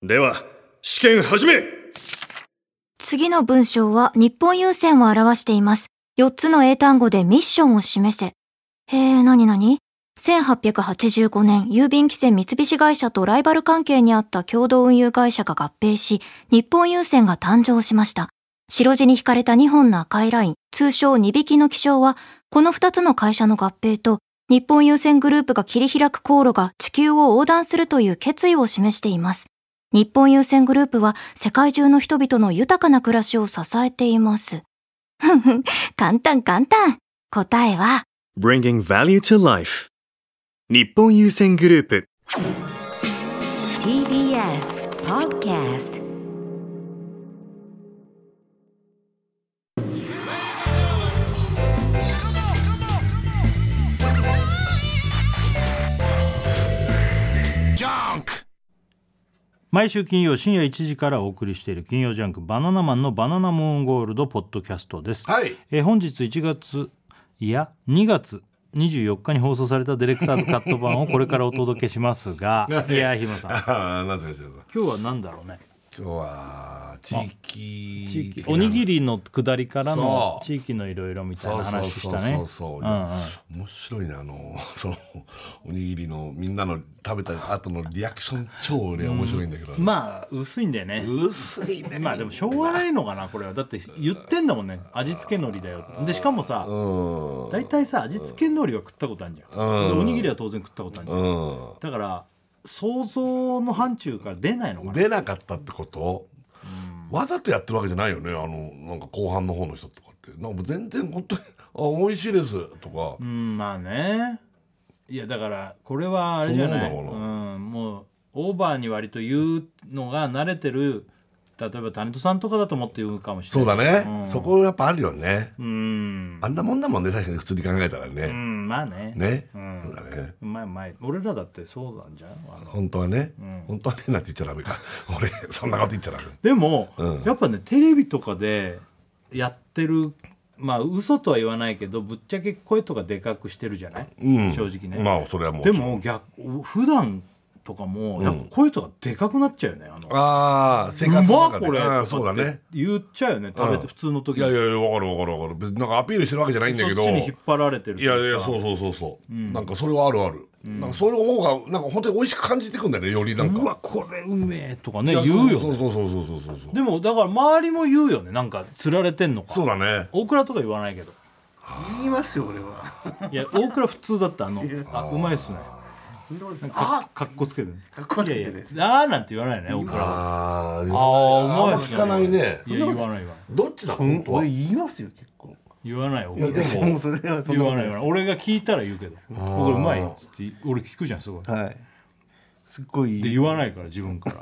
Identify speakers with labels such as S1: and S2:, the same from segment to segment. S1: では、試験始め
S2: 次の文章は日本郵船を表しています。4つの英単語でミッションを示せ。へえ、なになに ?1885 年、郵便規制三菱会社とライバル関係にあった共同運輸会社が合併し、日本郵船が誕生しました。白地に引かれた2本の赤いライン、通称2匹の気象は、この2つの会社の合併と、日本郵船グループが切り開く航路が地球を横断するという決意を示しています。日本郵船グループは世界中の人々の豊かな暮らしを支えています。ふんふん、簡単簡単。答えは、
S1: !Bringing Value to Life 日本優先グループ
S3: TBS Podcast
S4: junk.
S5: 毎週金曜深夜1時からお送りしている金曜ジャンクバナナマンのバナナムーンゴールドポッドキャストです、
S4: はい
S5: えー本日1月いや2月24日に放送されたディレクターズカット版をこれからお届けしますがいやー日村さん
S4: ああ、なぜか知らない。
S5: 今日は何だろうね
S4: 今日は地域
S5: 地域おにぎりの下りからの
S4: そう
S5: 地域のいろいろみた
S4: そ
S5: い
S4: う
S5: な
S4: そう
S5: 話し
S4: そう
S5: た
S4: そ
S5: ね
S4: うそう、
S5: んうん
S4: 面白いねあの そのおにぎりのみんなの食べた後のリアクション超俺面白いんだけど、
S5: まあ薄いんだよね
S4: 薄いね
S5: まあでもしょうがないのかなこれはだって言ってんだもんね味付け海苔だよってでしかもさ
S4: うん
S5: 大体さ味付け海苔は食ったことあるじゃん、でおにぎりは当然食ったことあるじゃん、
S4: う
S5: だから想像の範疇から出ないのか
S4: ん
S5: な
S4: 出なかったってこと、わざとやってるわけじゃないよねあのなんか後半の方の人とかってなんかもう全然本当に「あ美味しいです」とか
S5: う、んまあねいやだからこれはあれじゃない
S4: そうなのか
S5: うん、もうオーバーに割と言うのが慣れてる例えばタレントさんとかだと思って言うかもし
S4: そ
S5: れ
S4: う
S5: ない
S4: だね、
S5: ん
S4: そこやっぱあるよね、
S5: うん
S4: あんなもんだもんね確かに普通に考えたら
S5: う
S4: ね、
S5: んまあね
S4: ね、
S5: うん
S4: そうだね
S5: うまいうまい俺らだってそうなんじゃんあの
S4: 本当はね、本当はねなんて言っちゃダメか俺そんなこと言っちゃダメ
S5: でも、
S4: うん
S5: やっぱねテレビとかでやってるまあ嘘とは言わないけどぶっちゃけ声とかでかくしてるじゃない、
S4: うん
S5: 正直ね、
S4: まあそれはもう
S5: でも逆普段とかもやっぱ声とかでかくなっちゃうよねあの、
S4: ああ生活
S5: う
S4: の
S5: ま
S4: 中
S5: っ
S4: で
S5: これ
S4: あーそうだね
S5: 言っちゃうよね食べて普通の時
S4: いやいやいやわかるわかるわかる別になんかアピールしてるわけじゃないんだ
S5: そ
S4: け
S5: っ
S4: ど
S5: ちに引っ張られてる
S4: いやいや
S5: う
S4: そうそうそうそう、なんかそれはあるある、なんかその方がなんか本当に美味しく感じてくんだよねよりなんか
S5: うわこれうめえとかね
S4: いや
S5: 言うよ
S4: そうそうそうそうそうそうそう
S5: でもだから周りも言うよねなんか釣られてんのか
S4: そうだね
S5: 大倉とか言わないけど
S6: 言いますよ俺は
S5: いや大倉普通だったあのあうまいっすねかかっこつけてね
S6: かっこつけてね
S5: いやいやあーなんて言わないよね大倉は
S4: あ
S5: ああうまいっす
S4: 聞
S5: ね
S4: かないね
S5: いや言わない言わない
S4: どっちだ本当は
S6: 俺言いますよ結構
S5: 言わないよ
S4: いやで
S6: もう
S4: も
S6: それはそん
S5: 言
S6: なこ
S5: わ
S6: と
S5: ない言わない俺が聞いたら言うけど僕うまいっつって俺聞くじゃんすごいで
S6: はいすっごい
S5: 言わないから自分から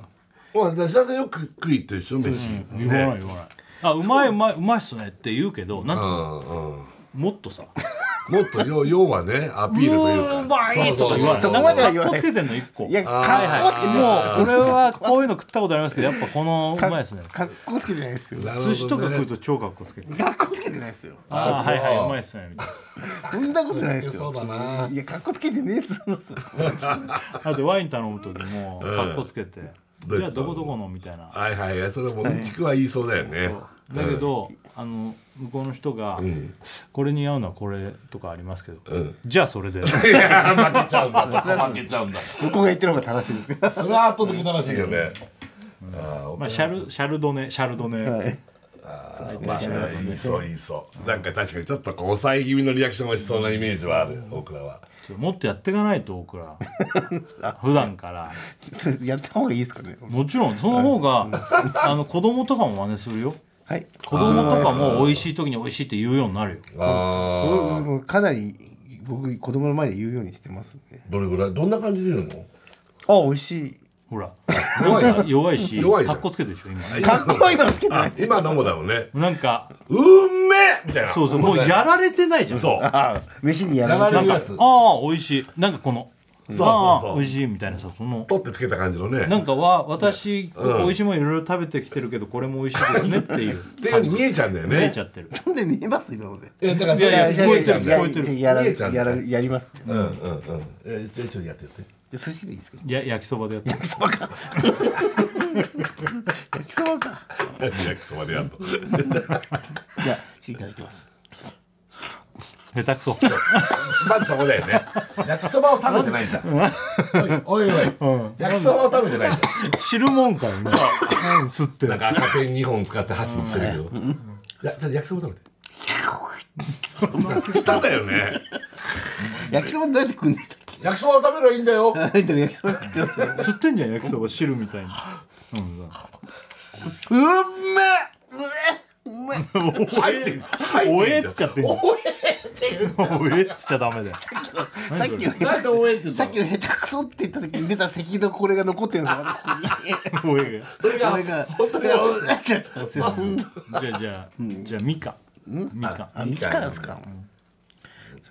S4: まあ私だってよく食いってるでしょ飯、
S5: 言わない言わないあうまいうまいうまいっすねって言うけどなんつう
S4: う
S5: の
S4: んうん
S5: もっとさ
S4: もっと要要はねアピールというか。
S5: うまいとか言わない
S6: そうそうそうそこまでは言
S5: か
S6: わ
S5: っ
S6: ない
S5: こつけてんの一個
S6: いや
S5: はい
S6: かっこつけて
S5: はいもう俺はこういうの食ったことありますけどやっぱこのうまいっすね
S6: かっこつけてないですよ
S4: なるほど
S5: 寿司とか食う
S4: ね
S5: と超かっこつけて
S6: かっこつけてないですよ
S5: ああはいはいうまいっすねみたいな
S6: そんなことないです
S4: そ
S6: よ
S4: うだない
S6: やかっこつけてねえっつうのさ
S5: あとワイン頼む時もかっこつけて、
S4: うん
S5: じゃあどこどこのみたいな
S4: はいはいはいそれはもううんちくは言いそうだよね。
S5: だけど、あの向こうの人が、これに合うのはこれとかありますけど、じゃあそ れで
S4: いや負けちゃうんださ負けちゃうんだ。
S6: 向こうが言ってる方が正しいですけど
S4: それは圧倒的な話だよね。あー
S5: まあシャルシャルドネシャルドネ、
S6: はい
S4: まあ言いそう言いそう。なんか確かにちょっとこう抑え気味のリアクションをしそうなイメージはある僕らは。
S5: ちょもっとやっていかないと大倉普段から
S6: それやった方がいいですかね
S5: もちろんその方が、あの子供とかも真似するよ
S6: はい
S5: 子供とかも美味しい時に美味しいって言うようになるよ
S4: ああ
S6: もうかなり僕子供の前で言うようにしてますんで
S4: どれぐらいどんな感じで言うの？
S6: あ美味しい
S5: ほら
S4: 弱い
S5: なんか弱いし
S4: 弱いじゃん
S5: かっこつけてるでしょ今
S6: かっこいいのつけてない
S4: あ今のもだろうね。
S5: なんか
S4: うんめえみたいな。
S5: そうそうもうやられてないじゃん
S4: そう。
S6: あ飯にや
S4: や
S6: ら
S4: ら
S6: れ
S4: れ
S5: なん
S4: る
S5: か
S4: や
S5: あ
S4: つ。
S5: あ美味しいなんかこの
S4: そうそ
S5: あ
S4: う
S5: あ
S4: そう
S5: 美味しいみたいなさその
S4: 取ってつけた感じのね。
S5: なんかは私、美味しいもんいろいろ食べてきてるけどこれも美味しいですねっ ていう
S4: っていうように見えちゃうんだよね。
S5: 見えちゃってる
S6: なんで見えます今ので
S4: いやだから
S5: いやいや聞こえてる
S4: いやいや
S5: 聞こえてる
S6: やら
S4: 見えちゃうんだ
S6: やらやりますじゃ
S4: うんうんうん。えちょちょっとやってやって。
S6: あ寿司でいいですか
S5: や焼きそばでやってる
S6: そうか。焼きそばか。
S4: 焼きそばでやると
S6: じゃあ、いただきます。
S5: 下手くそ
S4: まずそこだよね焼きそばを食べてないじゃんおいおいおい、焼きそばを食べてないじ
S5: 知るもんかよねうん吸って
S4: ゃんなんか赤ペン2本使って箸にしてるけど、いやちょっと焼きそば食べてしたんだよね
S6: 焼きそばどうやって食うんでしたっ
S4: 焼きそばを食べればいいんだよ
S6: け。でも焼きそば食ってますよ。
S5: 吸ってんじゃん焼きそば汁みたいな
S6: うめ
S4: 入ってん入ってん
S5: おえっつっちゃってんじゃん
S4: おえ
S5: おえっつっちゃダメだよ
S6: え。さっきの
S4: な
S6: 下
S4: んでおえって言う
S6: 手、さ
S4: の
S6: っきの下手くそって言った時に出た赤道これが残ってるのが私。
S5: おえ
S4: それが
S6: これが
S4: 本当に
S6: うめえってなっちゃったんですよ。
S5: がじゃあじゃあじゃあみかみか
S6: あ、みかんですか。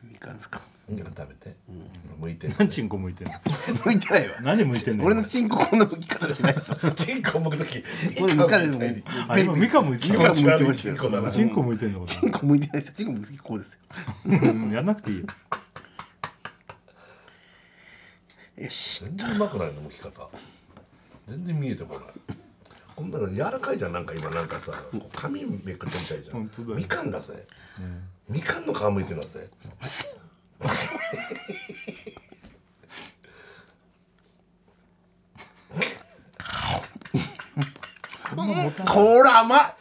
S6: みかんですか。
S4: みかん食べて、向いて
S5: 何チンコ向いてんの
S6: 向いてないわ。
S5: 何向いてんの
S6: 俺のチンコこんな向き方しないですよ。
S4: チンコ向くとき
S6: これ向かないですもん。
S5: あ今みかん向いてん
S6: み
S5: の
S6: かん向いてまし
S4: チ
S6: た
S4: ン
S6: よ。
S4: コだな
S5: チンコ向いてんのか
S6: チンコ向いてないですよ。チンコ向いてこうです
S5: なうんやんなくていいよ
S6: よ。よし。
S4: 全然うまくないの向き方全然見えてこないこんなの柔らかいじゃんなんか今なんかさ紙めくってみたいじゃん
S5: 本当だよ
S4: みかんだぜ、みかんの皮むいてるんだぜ
S6: こら甘い甘っ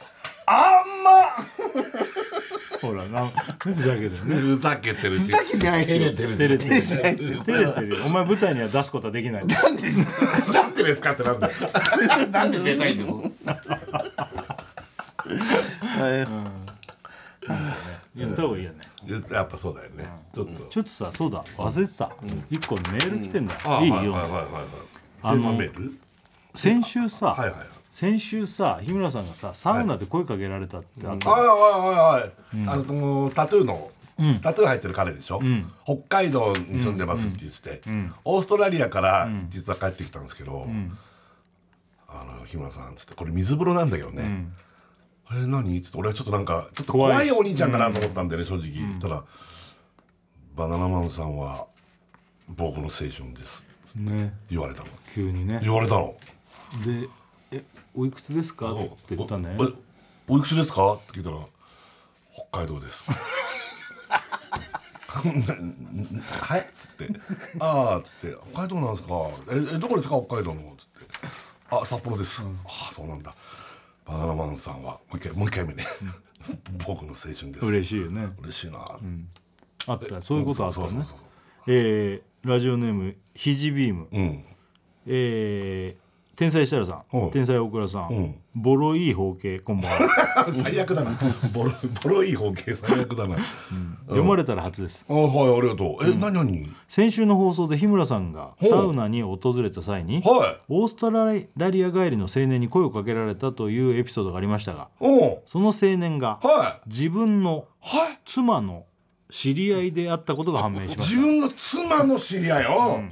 S5: ほらなふざ けてるね
S4: ふざけてるし
S6: ふざけてないですよ
S4: 照れて
S5: 照れ
S4: る
S5: て
S4: し
S5: る照れてるよお前舞台には出すことはで きない
S4: なんでですかってなんだよなんで出ないの
S5: 言った方がいいよね
S4: やっぱそうだよね、ちょっと
S5: ちょっとさそうだ忘れてた一個メール来てんだ
S4: あ
S5: いい
S4: はいはいはい
S5: よ
S4: はいはい
S5: あの
S4: テーマメール
S5: 先週さ
S4: はいはいはい
S5: 先週さ日村さんがさサウナで声かけられたってあった
S4: はいはいはいはい、あのタトゥーの、タトゥー入ってる彼でしょ、北海道に住んでますって言ってて、オーストラリアから実は帰ってきたんですけど「あの日村さん」っつって「これ水風呂なんだけどね」え何?」っつって俺はちょっとなんかちょっと怖
S5: 怖い
S4: いお兄ちゃんかなと思ったんだよね正直、ただ「バナナマンさんは僕の青春です
S5: ね」
S4: 言われたの
S5: 急にね
S4: 言われたの
S5: で「えおいくつですか?」って言ったね
S4: おおおいくつですかって聞いたら北海道です はいっつって「ああ」っつって「北海道なんですかええどこですか北海道の」っつって「あ札幌です、ああそうなんだバナナマンさんはもう一回もう一回目ね 僕の青春です
S5: 嬉
S4: しい
S5: しいよね
S4: 嬉しいな、
S5: あったそういうことあった
S4: そうそう
S5: ね
S4: そう
S5: えーラジオネームひじビーム
S4: そううん
S5: えー天才設楽さ
S4: うんん
S5: 天才大倉さ
S4: うんん
S5: ボロいい方形こんばんは
S4: 最悪だなボロボロいい方形最悪だな、
S5: 読まれたら初です
S4: あはいありがとうえ、何何
S5: 先週の放送で日村さんが
S4: ほう
S5: サウナに訪れた際に
S4: はい
S5: オーストラリア帰りの青年に声をかけられたというエピソードがありましたが
S4: おう
S5: その青年が
S4: はい
S5: 自分の
S4: はい
S5: 妻の知り合いであったことが判明しまし
S4: 自
S5: た
S4: 分の妻の知り合いを、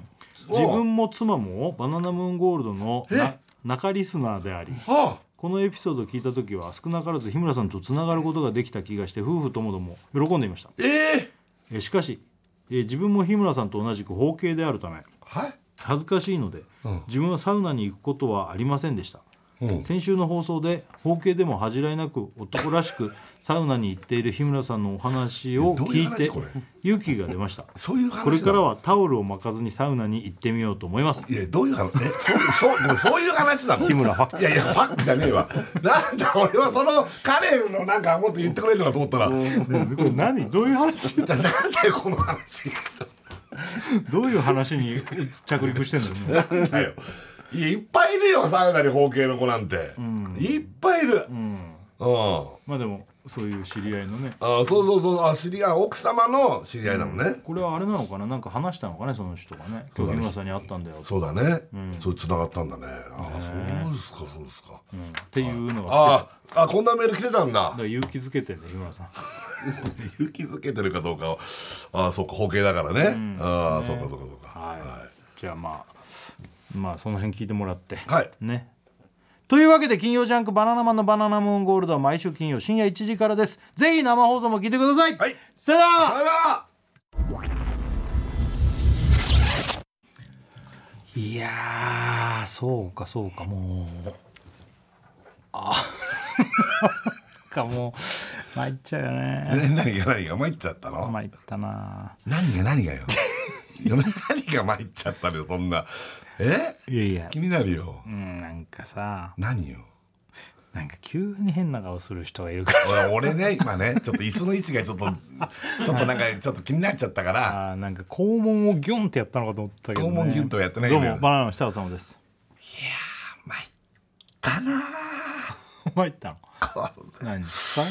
S5: 自分も妻もバナナムーンゴールドのな中リスナーであり
S4: は
S5: このエピソードを聞いた時は少なからず日村さんとつながることができた気がして夫婦ともども喜んでいました
S4: ええ
S5: えーしかしえー自分も日村さんと同じく包茎であるため
S4: はい
S5: 恥ずかしいので、
S4: うん
S5: 自分はサウナに行くことはありませんでした、
S4: うん
S5: 先週の放送で包茎でも恥じらいなく男らしく サウナに行っている日村さんのお話を
S4: えどういう
S5: 聞
S4: 話
S5: いて
S4: これ
S5: 勇気が出ました
S4: そう いう話なの
S5: これからはタオルを巻かずにサウナに行ってみようと思います
S4: いやどういう話えそうそうごめんそういう話なの
S5: 日村ファッ
S4: いやいやファックじゃねえわなんだ俺はその彼のなんかもっと言ってくれるのかと思ったらじ
S5: これ何どういう話
S4: ゃあなんだよこの話
S5: どういう話に着陸して んのもう
S4: なんだよいやいっぱいいるよサウナに包茎の子なんて、いっぱいいるうん、
S5: まあでもそういう知り合いのね
S4: あそうそうそうあ知り合い奥様の知り合いなのね、
S5: これはあれなのかななんか話したのかねその人がね今日日村さんに会ったんだよ
S4: そうだね、そうつながったんだねあそうですかそうですか、
S5: っていうのが来てただか
S4: あああこんなメール来てたんだ
S5: ら勇気づけてんだよ日村さん
S4: 勇気づけてるかどうかはああそうか包茎だからね、ああ、そうかそうかそうか
S5: はい、
S4: は
S5: じゃあまあまあその辺聞いてもらって
S4: い、はい
S5: ねというわけで金曜ジャンク「バナナマンのバナナムーンゴールド」は毎週金曜深夜1時からですぜひ生放送も聞いてください、
S4: はい
S5: さよなら
S4: あら
S5: いやーそうかそうかもうかもう参っちゃうよね
S4: え何が何が参っちゃったの
S5: 参ったな
S4: 何が何がよいや何が参っちゃったのよそんなえ
S5: いやいや
S4: 気になるよ
S5: うんなんかさ
S4: 何よ
S5: なんか急に変な顔する人がいるから
S4: 俺俺ね今ねちょっと椅子の位置がちょっとちょっとなんかちょっと気になっちゃったから
S5: あーなんか肛門をギョンってやったのかと思ったけど、ね、
S4: 肛門ギュンとはやってない
S5: ど
S4: よ
S5: う
S4: ね
S5: もバナナの設楽さんです
S4: 参ったな
S5: 参ったの
S4: あ
S5: 何ですか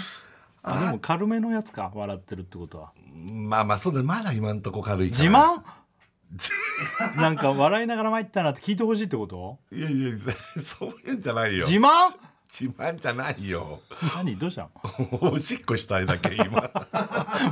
S5: あでも軽めのやつか笑ってるってことは
S4: まあまあそうだまだ今んとこ軽いから
S5: 自慢 なんか笑いながら参ったなって聞いてほしいってこと
S4: いやいや そういうんじゃないよ
S5: 自慢
S4: 自慢じゃないよ
S5: 何どうした
S4: おしっこしたいだけ今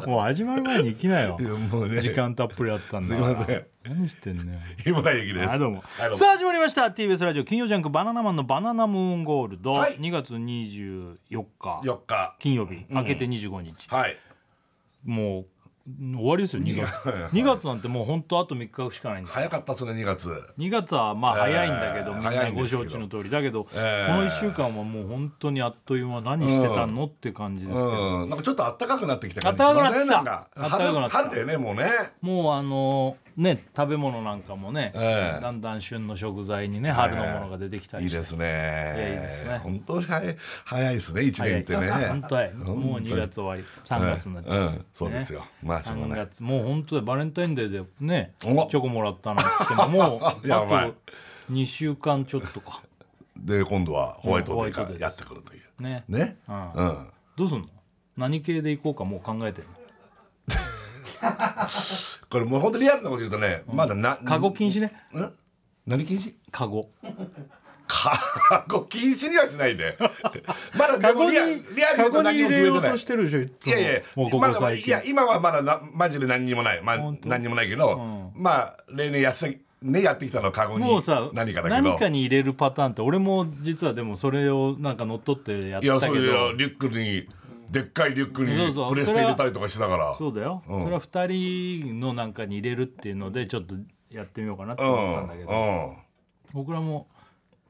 S5: のもう始まる前に行きなよ
S4: いやもうね
S5: 時間たっぷりあったんだ
S4: すいません
S5: 何してんね
S4: 日村ゆきです
S5: あどうも
S4: はいどうも
S5: さあ始まりました TBS ラジオ金曜ジャンク「バナナマンのバナナムーンゴールド」
S4: はい
S5: 2月24日
S4: 4日
S5: 金曜日、明けて25日
S4: はい
S5: もう終わりですよ2月
S4: はいはい
S5: 2月なんてもう本当あと3日しかないんです
S4: 早かったっすね2月
S5: 2月はまあ早いんだけど、
S4: えー
S5: みんなご承知の通りだけど、この1週間はもう本当にあっという間何してたの、って感じですけど、
S4: うんなんかちょっと暖かくなってきた感じ
S5: 暖かくなってき
S4: し
S5: た
S4: ませんか
S5: 暖かくなってきた
S4: 春春だよねもうね
S5: もうあのね食べ物なんかもね、
S4: ええ
S5: だんだん旬の食材にね春のものが出てきた
S4: い
S5: り
S4: い
S5: して、
S4: です
S5: やいい
S4: ね
S5: ですね
S4: 本当に早い早いですね一年ってね
S5: 早い本当は
S4: 本当に
S5: もう2月終わり3月になっちゃう、
S4: うんそうですよまあしょうが
S5: 3
S4: ない
S5: 月もう本当でバレンタインデーでねチ
S4: お
S5: ョコもらったなんて言って ももうあ
S4: やばい
S5: と2週間ちょっとか
S4: で今度はホワイトデー
S5: うんホワイトデー
S4: が
S5: です
S4: やってくるという
S5: ね
S4: ね
S5: う
S4: うんん
S5: どうすんの何系でいこうかもう考えてる
S4: これもう本当リアルなこと言うとねまだな
S5: カゴ禁止ね
S4: ん何禁止
S5: カゴ
S4: カゴ禁止にはしないで まだ
S5: カ
S4: で
S5: ゴ
S4: も
S5: に
S4: リアルリアル
S5: カ
S4: に
S5: ゴに
S4: 何
S5: 入
S4: も
S5: れ
S4: 決
S5: よ
S4: め
S5: う
S4: てな
S5: と
S4: い
S5: してるでしょいつ
S4: い
S5: も
S4: やいや
S5: もうこ
S4: ま
S5: こ
S4: だ
S5: 最
S4: い
S5: 近
S4: や今はまだなマジで何にもない、まあ
S5: 本、当
S4: 何にもないけど、まあ例年やってたねやってきたのはカゴに
S5: もうさ
S4: 何かだけど
S5: 何かに入れるパターンって俺も実はでもそれをなんか乗っ取ってやっ
S4: い
S5: て
S4: や
S5: た
S4: そ
S5: けど
S4: ういやリュックにでっかいリュックに
S5: そうそう
S4: プレステ入れたりとかしてたから
S5: そうだよ、
S4: ん
S5: それは2人のなんかに入れるっていうのでちょっとやってみようかなって
S4: う
S5: 思ったんだけど、
S4: んうん
S5: 僕らも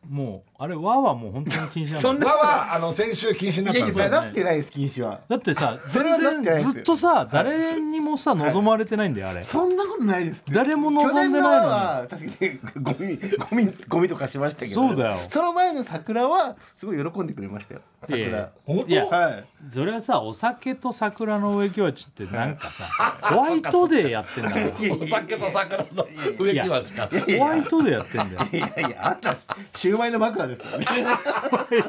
S5: もうあれ和はもう本当に禁止なんだ
S4: まあまああの先週禁止になっ
S6: い
S4: た
S6: や
S4: ん
S6: い
S4: です
S6: や
S4: よ
S6: なってないです禁止は
S5: だってさ
S6: それは
S5: 全
S6: なってな
S5: 然
S6: いですよ
S5: ずっとさ誰にもさ望まれてないんだよあれ
S6: そんなことないです
S5: 誰も望んでないのに
S6: 去年のは確かにゴミゴミゴミとかしましたけど
S5: そうだよ
S6: その前の桜はすごい喜んでくれましたよ
S5: いやいや
S6: 桜
S4: 本当
S5: いや
S6: はい
S5: それはさお酒と桜の植木鉢ってなんかさホワイトデーやってんだよ
S4: お酒と桜の植木鉢か
S5: ホワイトデーやってんだよ
S6: いやいやあんたシューマイの枕ですからね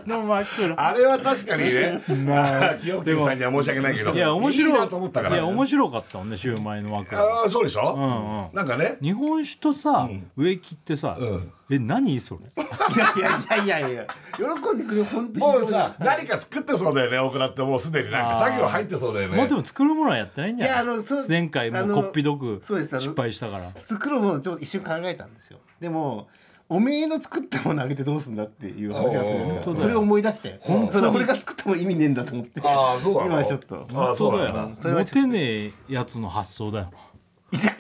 S5: の枕
S4: あれは確かにね清木さんには申し訳ないけど
S5: いや面白い
S4: いなと思ったから
S5: いや面白かったもんねシューマイの枕
S4: ああそうでしょ、
S5: んうん
S4: なんかね
S5: 日本酒とさ、植木ってさ、
S4: うん
S5: え何それ
S6: いやいやいやいやいや喜んでくれる本当に
S4: もうさ何か作ってそうだよね大倉ってもうすでになんか作業入ってそうだよね
S5: もうでも作るものはやってないんじゃない
S6: いやあのそう
S5: 前回も
S6: あ
S5: う
S6: の
S5: こっぴどく
S6: そうですあの
S5: 失敗したから
S6: 作るものをちょっと一瞬考えたんですよでもおめえの作ったものあげてどうすんだっていう話だったんです
S5: おー本当だ
S6: から
S5: よ
S6: それを思い出して本当俺が作ったも意味ねえんだと思って
S4: ああそうなの
S6: 今ちょっと
S4: ああそうなんだ
S5: そうだよモテねえやつの発想だよ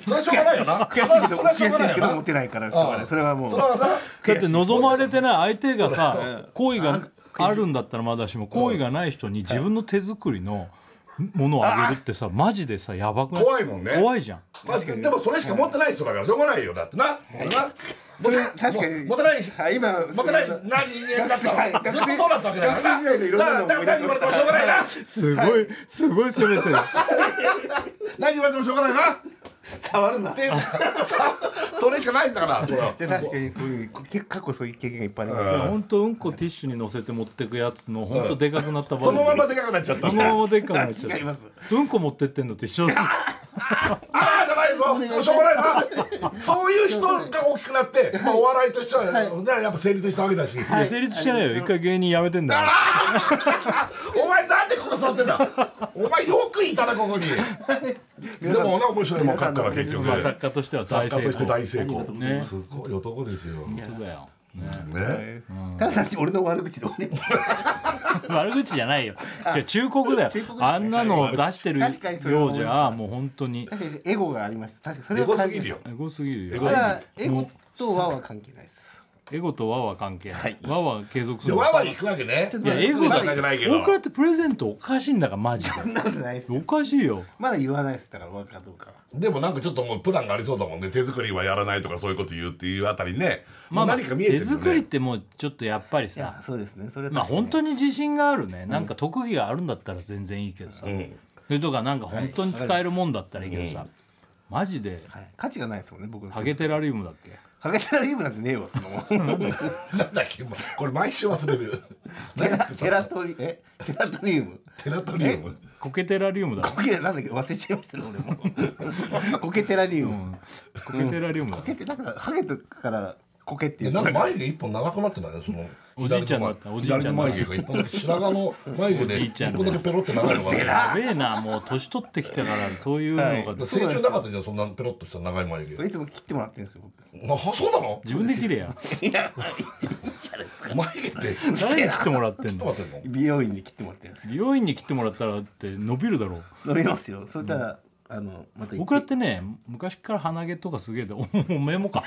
S4: それはしょうがないよな
S6: 悔しいけ
S4: そ
S6: ど
S4: れはしょう
S6: 悔
S4: が
S6: しい
S4: な
S6: で
S4: いよ
S6: すけ
S4: な
S6: ど持てないからしょうがないそれはもう
S4: それはな
S5: だって望まれてない相手がさ好意があるんだったらまだしも好意がない人に自分の手作りのものをあげるってさマジでさやばくない
S4: 怖いもんね
S5: 怖いじゃん
S4: まあでもそれしか持ってない人だからしょうがないよだってなそれな
S6: それは確かに
S4: 持てない
S6: はい今
S4: 持てないな人間だった
S6: はい
S4: からずっとそうだったわけだからな
S6: 学生時代のいろんなのを思い出
S4: さあだ
S6: しま
S4: から何
S6: した
S4: 言われてもしょうがないな
S5: すごいすごい攻めてる
S4: 何言われてもしょうがないなっ
S6: 触るなで
S4: てさ それしかないんだからそれは
S6: 確かにこういう結構過去そういう経験がいっぱいあります
S5: 本当うんこティッシュに乗せて持ってくやつの本当でかくなった場合
S4: そのままでかくなっちゃった
S5: そ
S4: ん
S5: の
S4: だ
S5: ま
S4: よ
S5: までっかくなっちゃ
S6: 違います
S5: ううんこ持ってってんのと一緒です
S4: ああじゃないぞしょうがないなそういう人が大きくなってまあお笑いとしてはやっぱ成立したわけだし
S5: いや成立してないよ一回芸人辞めてんだから
S4: お前なんでここ座ってんだお前よくいたなここにでもな面白いもん書くから結局
S5: まあ作家としては
S4: 作
S5: 大
S4: 家
S5: 成
S4: と
S5: 功
S4: して大成功
S5: ね
S4: すごい男ですよね
S5: そうだよ
S6: ただ単に俺の悪口で 俺
S5: 悪口じゃないよ違う忠告だよあんなのを出してる
S6: 確かにそれは
S5: よう
S6: 思いま
S5: じ
S6: す
S5: ゃもう本当に
S6: 確かにエゴがありました確かにそれ
S4: エ
S6: は
S4: ゴ
S6: 感
S4: す
S6: じ
S4: ぎ
S6: ま
S4: る
S6: し
S4: よ
S5: エゴすぎる
S4: エ
S5: よ
S6: た
S4: ゴ
S6: だエゴと和は関係ないです
S5: エゴと和は関係ないい和は継続す
S4: で
S5: る
S4: わわ行くわけね
S6: ちょっ
S5: い
S6: と
S5: や
S6: 待って
S5: エゴだ
S4: わけじゃないけど
S5: 僕だってプレゼントおかしいんだからマジで
S6: そんなことないです
S5: おかしいよ
S6: まだ言わないですだから分かどうかは
S4: でもなんかちょっともうプランがありそうだもんね手作りはやらないとかそういうこと言うっていうあたりね、まあ、何か見えてる
S5: 手
S4: よね
S5: 作りってもうちょっとやっぱり
S6: いや
S5: さ
S6: そうですねそれは
S5: まあ
S6: 確かに
S5: 本当に自信があるねなんか特技があるんだったら全然いいけどさ
S4: うん
S5: それとかなんか本当に使えるもんだったらいいけどさマジで
S6: はい、価値がないですもんね僕の
S5: ハゲテラリウムだっけ
S6: ハゲテラリウムなんてねえわそのもん
S4: なんだっけこれ毎週忘れる何作った
S6: テ
S4: の
S6: ラトリえテラトリウム
S4: テラトリウム
S5: コケテラリウムだ
S6: コケなんだっけ忘れちゃいましたね俺もコケテラリウム、
S5: コケテラリウムだ
S6: コケってなんかハゲとからコケってい
S4: え
S6: う
S4: なんか眉毛一本長くなってないその
S5: おじいちゃんだったおじいちゃん
S4: 左の
S5: だ
S4: 眉毛が一本だけ白髪の眉毛
S5: お
S4: で
S5: じいちゃ
S4: 一
S5: んだ
S4: 本だけペロって長いのがあ
S5: やべえなもう年取ってきたからそういうの
S4: る
S5: が
S4: 青春なかったじゃんそんなペロっとした長い眉毛
S6: それいつも切ってもらってるんですよ僕
S4: なそうなの
S5: 自分で切れや
S6: いやいいじゃないですか
S4: 眉毛ってちょっ
S5: 誰に切ってもらってん
S4: と
S5: の
S4: 待ってんの
S6: 美容院に切ってもらってるんですよ
S5: 美容院に切ってもらったらって伸びるだろう
S6: 伸びますよそれたら、あのまた行
S5: 僕らってね昔から鼻毛とかすげえでおおめえも か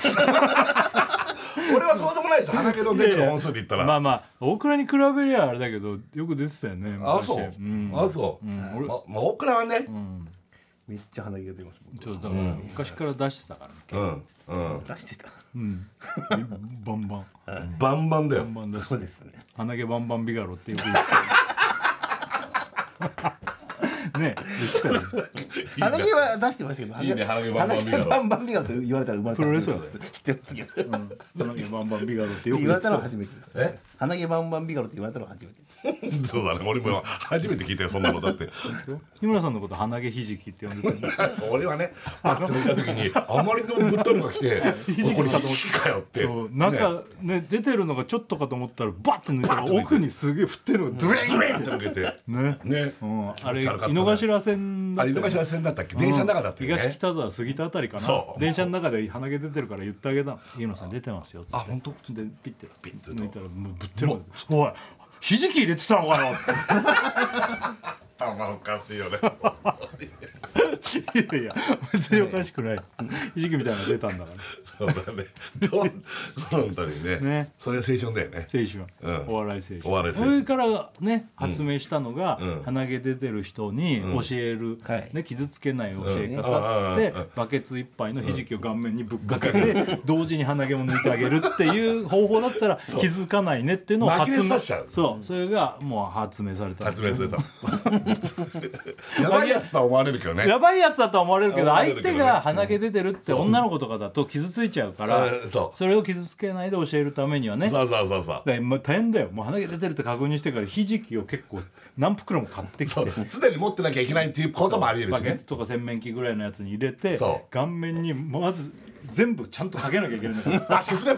S4: 俺はそうでもないですよ鼻毛の出てる本数で言ったら、
S5: まあまあ大倉に比べりゃあれだけどよく出てたよね
S4: あ
S5: 昔
S4: そう、
S5: ん、
S4: あそう、
S5: ん俺
S4: ままあ大倉はね
S6: めっちゃ鼻毛が出ます僕
S5: ちょっとだから昔から出してたからね、
S4: うんうん、
S6: 出してた
S5: うん、バンバン
S4: バンバンだよ
S5: バンバン出し
S6: そう
S5: て
S6: ですね
S5: 鼻毛バンバンビガロってよく言ってたよねね言ってたよね
S6: 鼻毛は出してましたけど
S4: いいね鼻毛バンバンビガロ
S6: 鼻毛バンバンビガロと言われたら生まれた
S5: プロレスラ
S6: で
S5: ー
S6: す知ってますけど、
S5: 鼻毛バンバンビガロってよく
S6: 言
S5: 言
S6: わ
S5: っ
S6: れ
S5: て
S6: た
S5: た
S6: の
S5: よ
S6: は初めてです
S4: え
S6: 鼻毛バンバンビガロって言われたのは初めてです
S4: そうだね俺も初めて聞いたよそんなのだって
S5: 日村さんのこと鼻毛ひじきって呼んでたよね
S4: それはねパッと見た時にあまりにもぶったのが来て「これひじきかよ」って
S5: そう中ね出てるのがちょっとかと思ったらバッて抜いたら奥にすげえ振ってるのがドゥ
S4: ズレンって抜けて
S5: ね
S4: ね、
S5: うん、あれ
S4: 気持ち悪かった
S5: 井
S4: ね
S5: の頭線だ
S4: あ
S5: った
S4: れ井
S5: よね
S4: の頭線だったっけ電車の中だったよ
S5: 東
S4: ね
S5: 北沢過ぎたあたりかな
S4: そう
S5: 電車の中で鼻毛出てるから言ってあげたの「井野さん出てますよ」っつって
S4: あ本当
S5: でピッてピッて抜いたらもうぶってるわけおいひじき入れてたの かよ」
S4: あまあおかしいよね
S5: いやいや別におかしくないひじきみたいなの出たんだか
S4: そ
S5: ら
S4: うだねどん本当にね
S5: ね
S4: それが青春だよね
S5: 青春、
S4: うん
S5: お笑い青春
S4: お笑い青
S5: そ
S4: 春
S5: れからね発明したのが、
S4: うん
S5: 鼻毛出てる人に教える、
S6: はい
S5: ね、傷つけない教え
S4: うん
S5: 方っつって、
S4: うん
S5: バケツ一杯のひじきを顔面にぶっかけて、同時に鼻毛も抜いてあげるっていう方法だったら気づかないねっていうのを
S4: 紛れ
S5: 明
S4: させちゃう
S5: そうそれがもう発明された
S4: 発明された やばいやつとは思われるけどね
S5: やばいやつだとは思われるけど
S4: 思われる
S5: 相
S4: けどね
S5: 手が鼻毛出てるって女の子とかだと傷ついちゃうから
S4: うんそう
S5: それを傷つけないで教えるためにはね
S4: そうそうそうそう
S5: だからまあ大変だよもう鼻毛出てるって確認してからひじきを結構何袋も買ってき
S4: そ
S5: て
S4: う常に持ってなきゃいけないっていうこともありえる
S5: バ
S4: し
S5: ケ
S4: ね
S5: ツとか洗面器ぐらいのやつに入れて
S4: そう
S5: 顔面にまず全部ちゃんとかけなきゃいけないんだ から
S4: あ、それえ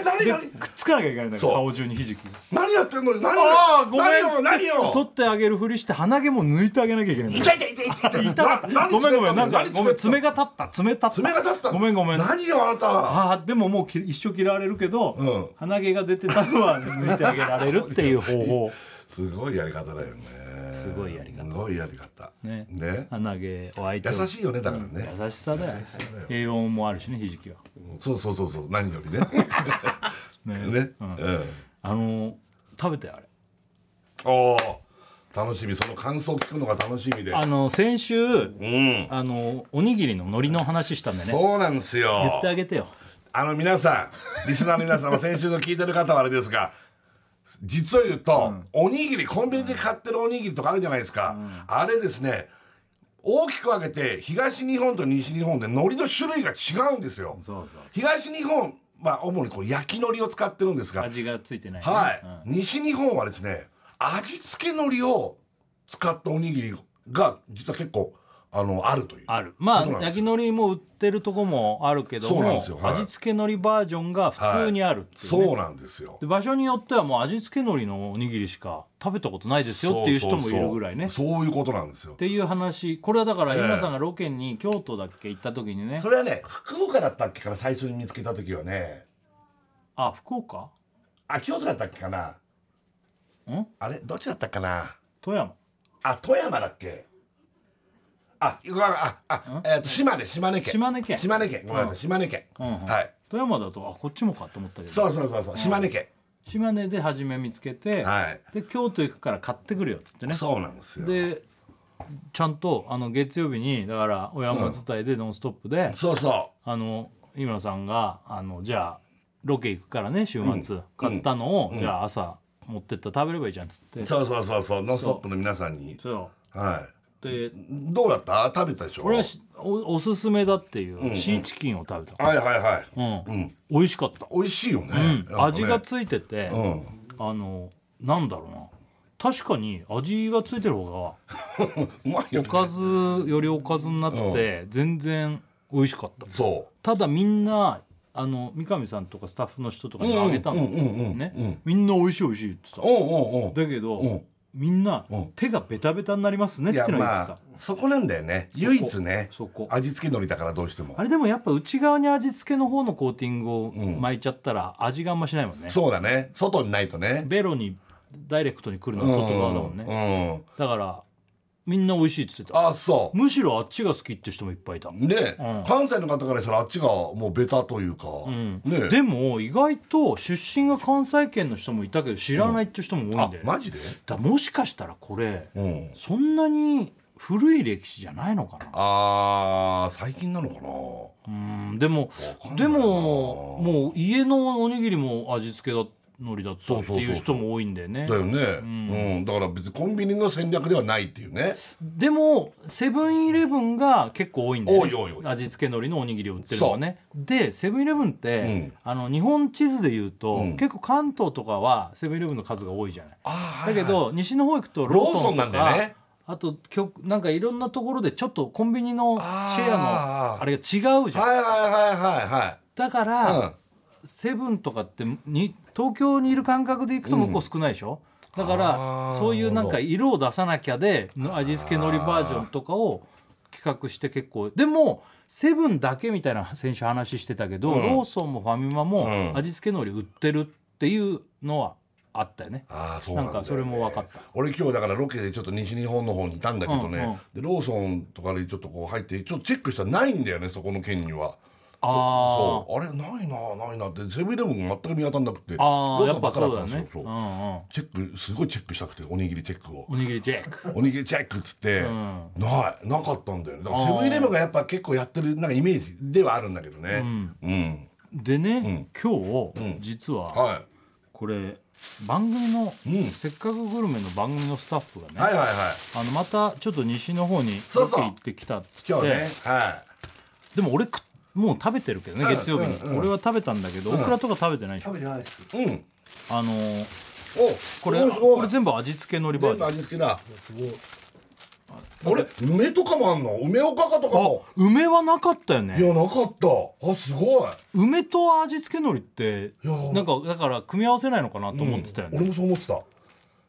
S4: ー、何
S5: で
S4: 何
S5: くっつかなきゃいけないんだか
S4: そ
S5: ら
S4: う
S5: 顔中にひじき
S4: 何やってんの何
S5: ああごめん
S4: 何を何を
S5: 取ってあげるふりして鼻毛も抜いてあげなきゃいけないんだ
S4: 痛
S5: よ
S4: い痛い痛い痛い
S5: 痛かった
S4: な何
S5: ごめんごめんな
S4: 爪
S5: ん
S4: だっ
S5: か
S4: たの
S5: ごめん
S4: 何爪
S5: 爪が立った爪立った
S4: 爪が立った
S5: ごめんごめん
S4: 何よあなた
S5: ああでももうき一生嫌われるけど、
S4: うん
S5: 鼻毛が出てたのは抜いてあげられるっていう 方法
S4: すごいやり方だよね
S5: すごいやり方
S4: すごいやり方
S5: ね
S4: ね
S5: 鼻毛を相手を
S4: 優しいよねだからね
S5: 優しさだよ栄養もあるしねひじきは
S4: そうそうそうそう何よりね
S5: ね
S4: ね
S5: う
S4: うんん
S5: あのー食べてあれ
S4: おー楽しみその感想聞くのが楽しみで
S5: あの先週、
S4: うん
S5: あのおにぎりの海苔の話したんでね
S4: そうなんです
S5: 言
S4: よ
S5: ってあげてよ
S4: あの皆さんリスナーの皆様先週の聞いてる方はあれですが実を言うと、おにぎりコンビニで買ってるおにぎりとかあるじゃないですか、あれですね大きく分けて東日本と西日本で海苔の種類が違うんですよ
S5: そうそう
S4: 東日本は主にこれ焼き海苔を使ってるんですが
S5: 味がついてないね、
S4: はい、
S5: うん
S4: 西日本はですね味付け海苔を使ったおにぎりが実は結構あのあるという
S5: あるまあ
S4: そうなんです
S5: 焼き海苔も売ってるとこもあるけど
S4: そうなん
S5: も
S4: ですよはい
S5: 味付け海苔バージョンが普通にあるっていう、ね
S4: そうなんですよ
S5: で場所によってはもう味付け海苔のおにぎりしか食べたことないですよっていう人もいるぐらいね
S4: そうそうそうそういうことなんですよ
S5: っていう話これはだから日村さんがロケに京都だっけ行った時にね
S4: それはね福岡だったっけから最初に見つけた時はね
S5: あ福岡
S4: あ京都だったっけかなんあれどっちだったっけかな
S5: 富山
S4: あ富山だっけあ、いやあ、あ、えっ、と島根島根県
S5: 島根県
S4: 島根県ごめんなさい島根県、
S5: んうん
S4: はい
S5: 富山だとあこっちもかと思ったけ
S4: そ
S5: ど
S4: うそうそうそう島根県
S5: 島根で初め見つけて、
S4: はい
S5: で京都行くから買ってくるよっつってね
S4: そうなんですよ
S5: でちゃんとあの月曜日にだから親山伝えで「ノンストップで」
S4: そうそ
S5: あの井村さんがあのじゃあロケ行くからね週末、買ったのを、じゃあ朝持ってったら食べればいいじゃんっつって
S4: うそうそうそうそう「ノンストップ!」の皆さんに
S5: そ
S4: は
S5: うで
S4: いどうだった食べたでしょ
S5: 俺はしおおすすめだっていうシーチキンを食べた、
S4: はいはいはい
S5: うん
S4: うん
S5: 美味しかった、
S4: 美味しいよね
S5: うん
S4: やっぱね
S5: 味がついてて、
S4: うん
S5: あのなんだろうな確かに味がついてる方
S4: うまい
S5: が
S4: よね
S5: おかずよりおかずになって全然美味しかった
S4: そ
S5: ただみんなあの三上さんとかスタッフの人とかにあげたの、ね、みんな美味しい美味しいって
S4: う
S5: 言っ
S4: おうおうおう
S5: てただけど、
S4: ん
S5: みんな
S4: うん
S5: 手がベタベタになりますねっ
S4: い
S5: ての
S4: や
S5: は言って
S4: ま
S5: た
S4: あ、そこなんだよね唯一ね
S5: そこ
S4: 味付け海苔だからどうしても
S5: あれでもやっぱ内側に味付けの方のコーティングを巻いちゃったら味があんましないもんね、
S4: そうだね外にないとね
S5: ベロにダイレクトに来るのは外側だもんね、
S4: ね
S5: だからみんな美味しいっつって
S4: うん
S5: た
S4: あそう
S5: むしろあっちが好きって人もいっぱいいた、
S4: ね、
S5: うん
S4: 関西の方からしたらあっちがもうベタというか、
S5: うん
S4: ね
S5: でも意外と出身が関西圏の人もいたけど知らないって人も多いん
S4: あ
S5: で、
S4: マジで、
S5: だからもしかしたらこれ
S4: うん、
S5: そんなに古い歴史じゃないのかな
S4: あー最近なのか
S5: う
S4: な
S5: ーんでも
S4: かんないな
S5: でももう家のおにぎりも味付けだのりだったっていう人も多いんだよね
S4: だよね、うんだから別にコンビニの戦略ではないっていうね
S5: でもセブンイレブンが結構多いんだよ、ね、
S4: 多い多い多い
S5: 味付けのりのおにぎりを売ってるのはねでセブンイレブンって、
S4: うん
S5: あの日本地図でいうと、
S4: うん
S5: 結構関東とかはセブンイレブンの数が多いじゃない
S4: あ
S5: だけど、西の方行くとロ
S4: ロ
S5: ー
S4: ー
S5: ソ
S4: ソ
S5: ン
S4: ン
S5: と
S4: な
S5: か
S4: んだよね
S5: あときょなんかいろんなところでちょっとコンビニのシェ
S4: あ
S5: アの
S4: ー
S5: あれが違うじゃん
S4: はいはいはいはいは
S5: だか
S4: いはい
S5: ら、
S4: はい、うん
S5: セブンとかってに東京にいる感覚で行くと向こう少ないでしょ、だから
S4: あー
S5: そういうなん
S4: な
S5: か
S4: る
S5: 色を出さなきゃで味付けのりバージョンとかを企画して結構でもセブンだけみたいな先週話してたけど、
S4: うん
S5: ローソンもファミマも
S4: うん
S5: 味付けのり売ってるっていうのはあったよね、
S4: あーそうなんだよね
S5: なんかそれも分かった
S4: 俺今日だからロケでちょっと西日本の方にいたんだけどね、
S5: うんうん
S4: でローソンとかでちょっとこう入ってちょっとチェックしたらないんだよねそこの県には
S5: あ
S4: そうあれないなないなってセブンイレブンが全く見当たんなくて
S5: ああ
S4: ロー
S5: ーや
S4: ソ
S5: っ
S4: ン
S5: ぱ
S4: ばか
S5: そう
S4: り
S5: だよ
S4: ったん
S5: ね
S4: ですよ
S5: う
S4: そうん
S5: うん
S4: チェックすごいチェックしたくておにぎりチェックを
S5: おにぎりチェック
S4: おにぎりチェックっつって、
S5: ん
S4: ないなかったんだよねだから
S5: あ
S4: セ
S5: ー
S4: ブンイレブンがやっぱ結構やってるなんかイメージではあるんだけどねうん、
S5: でね、今
S4: う
S5: 日、
S4: ん
S5: 実は、
S4: は
S5: これ番組の、
S4: うん
S5: せっかくグルメの番組のスタッフがね、
S4: い、はいはいはい
S5: あのまたちょっと西の方に
S4: そ
S5: ロ
S4: う
S5: ケ
S4: そう
S5: 行ってきたっつって
S4: 今日ね、は
S5: でも俺食っもう食べてるけどね
S4: うん
S5: 月曜日に、
S4: うんうん
S5: 俺は食べたんだけど、オクラとか食べてないでしょ、
S6: 食べてないです
S4: いうん
S5: あのー
S4: お
S5: これ
S4: すごいすごい
S5: これ全部味付けのりバ
S4: 全
S5: ージ
S4: 部
S5: ョン
S4: 味付けだあれ梅とかもあんの梅おかかとか
S5: あ
S4: も
S5: 梅はなかったよ
S4: い
S5: ね
S4: やなかったあすごい
S5: 梅と味付けのりって
S4: いや
S5: なんかだから組み合わせないのかなと思ってたよね、
S4: 俺もそう思ってた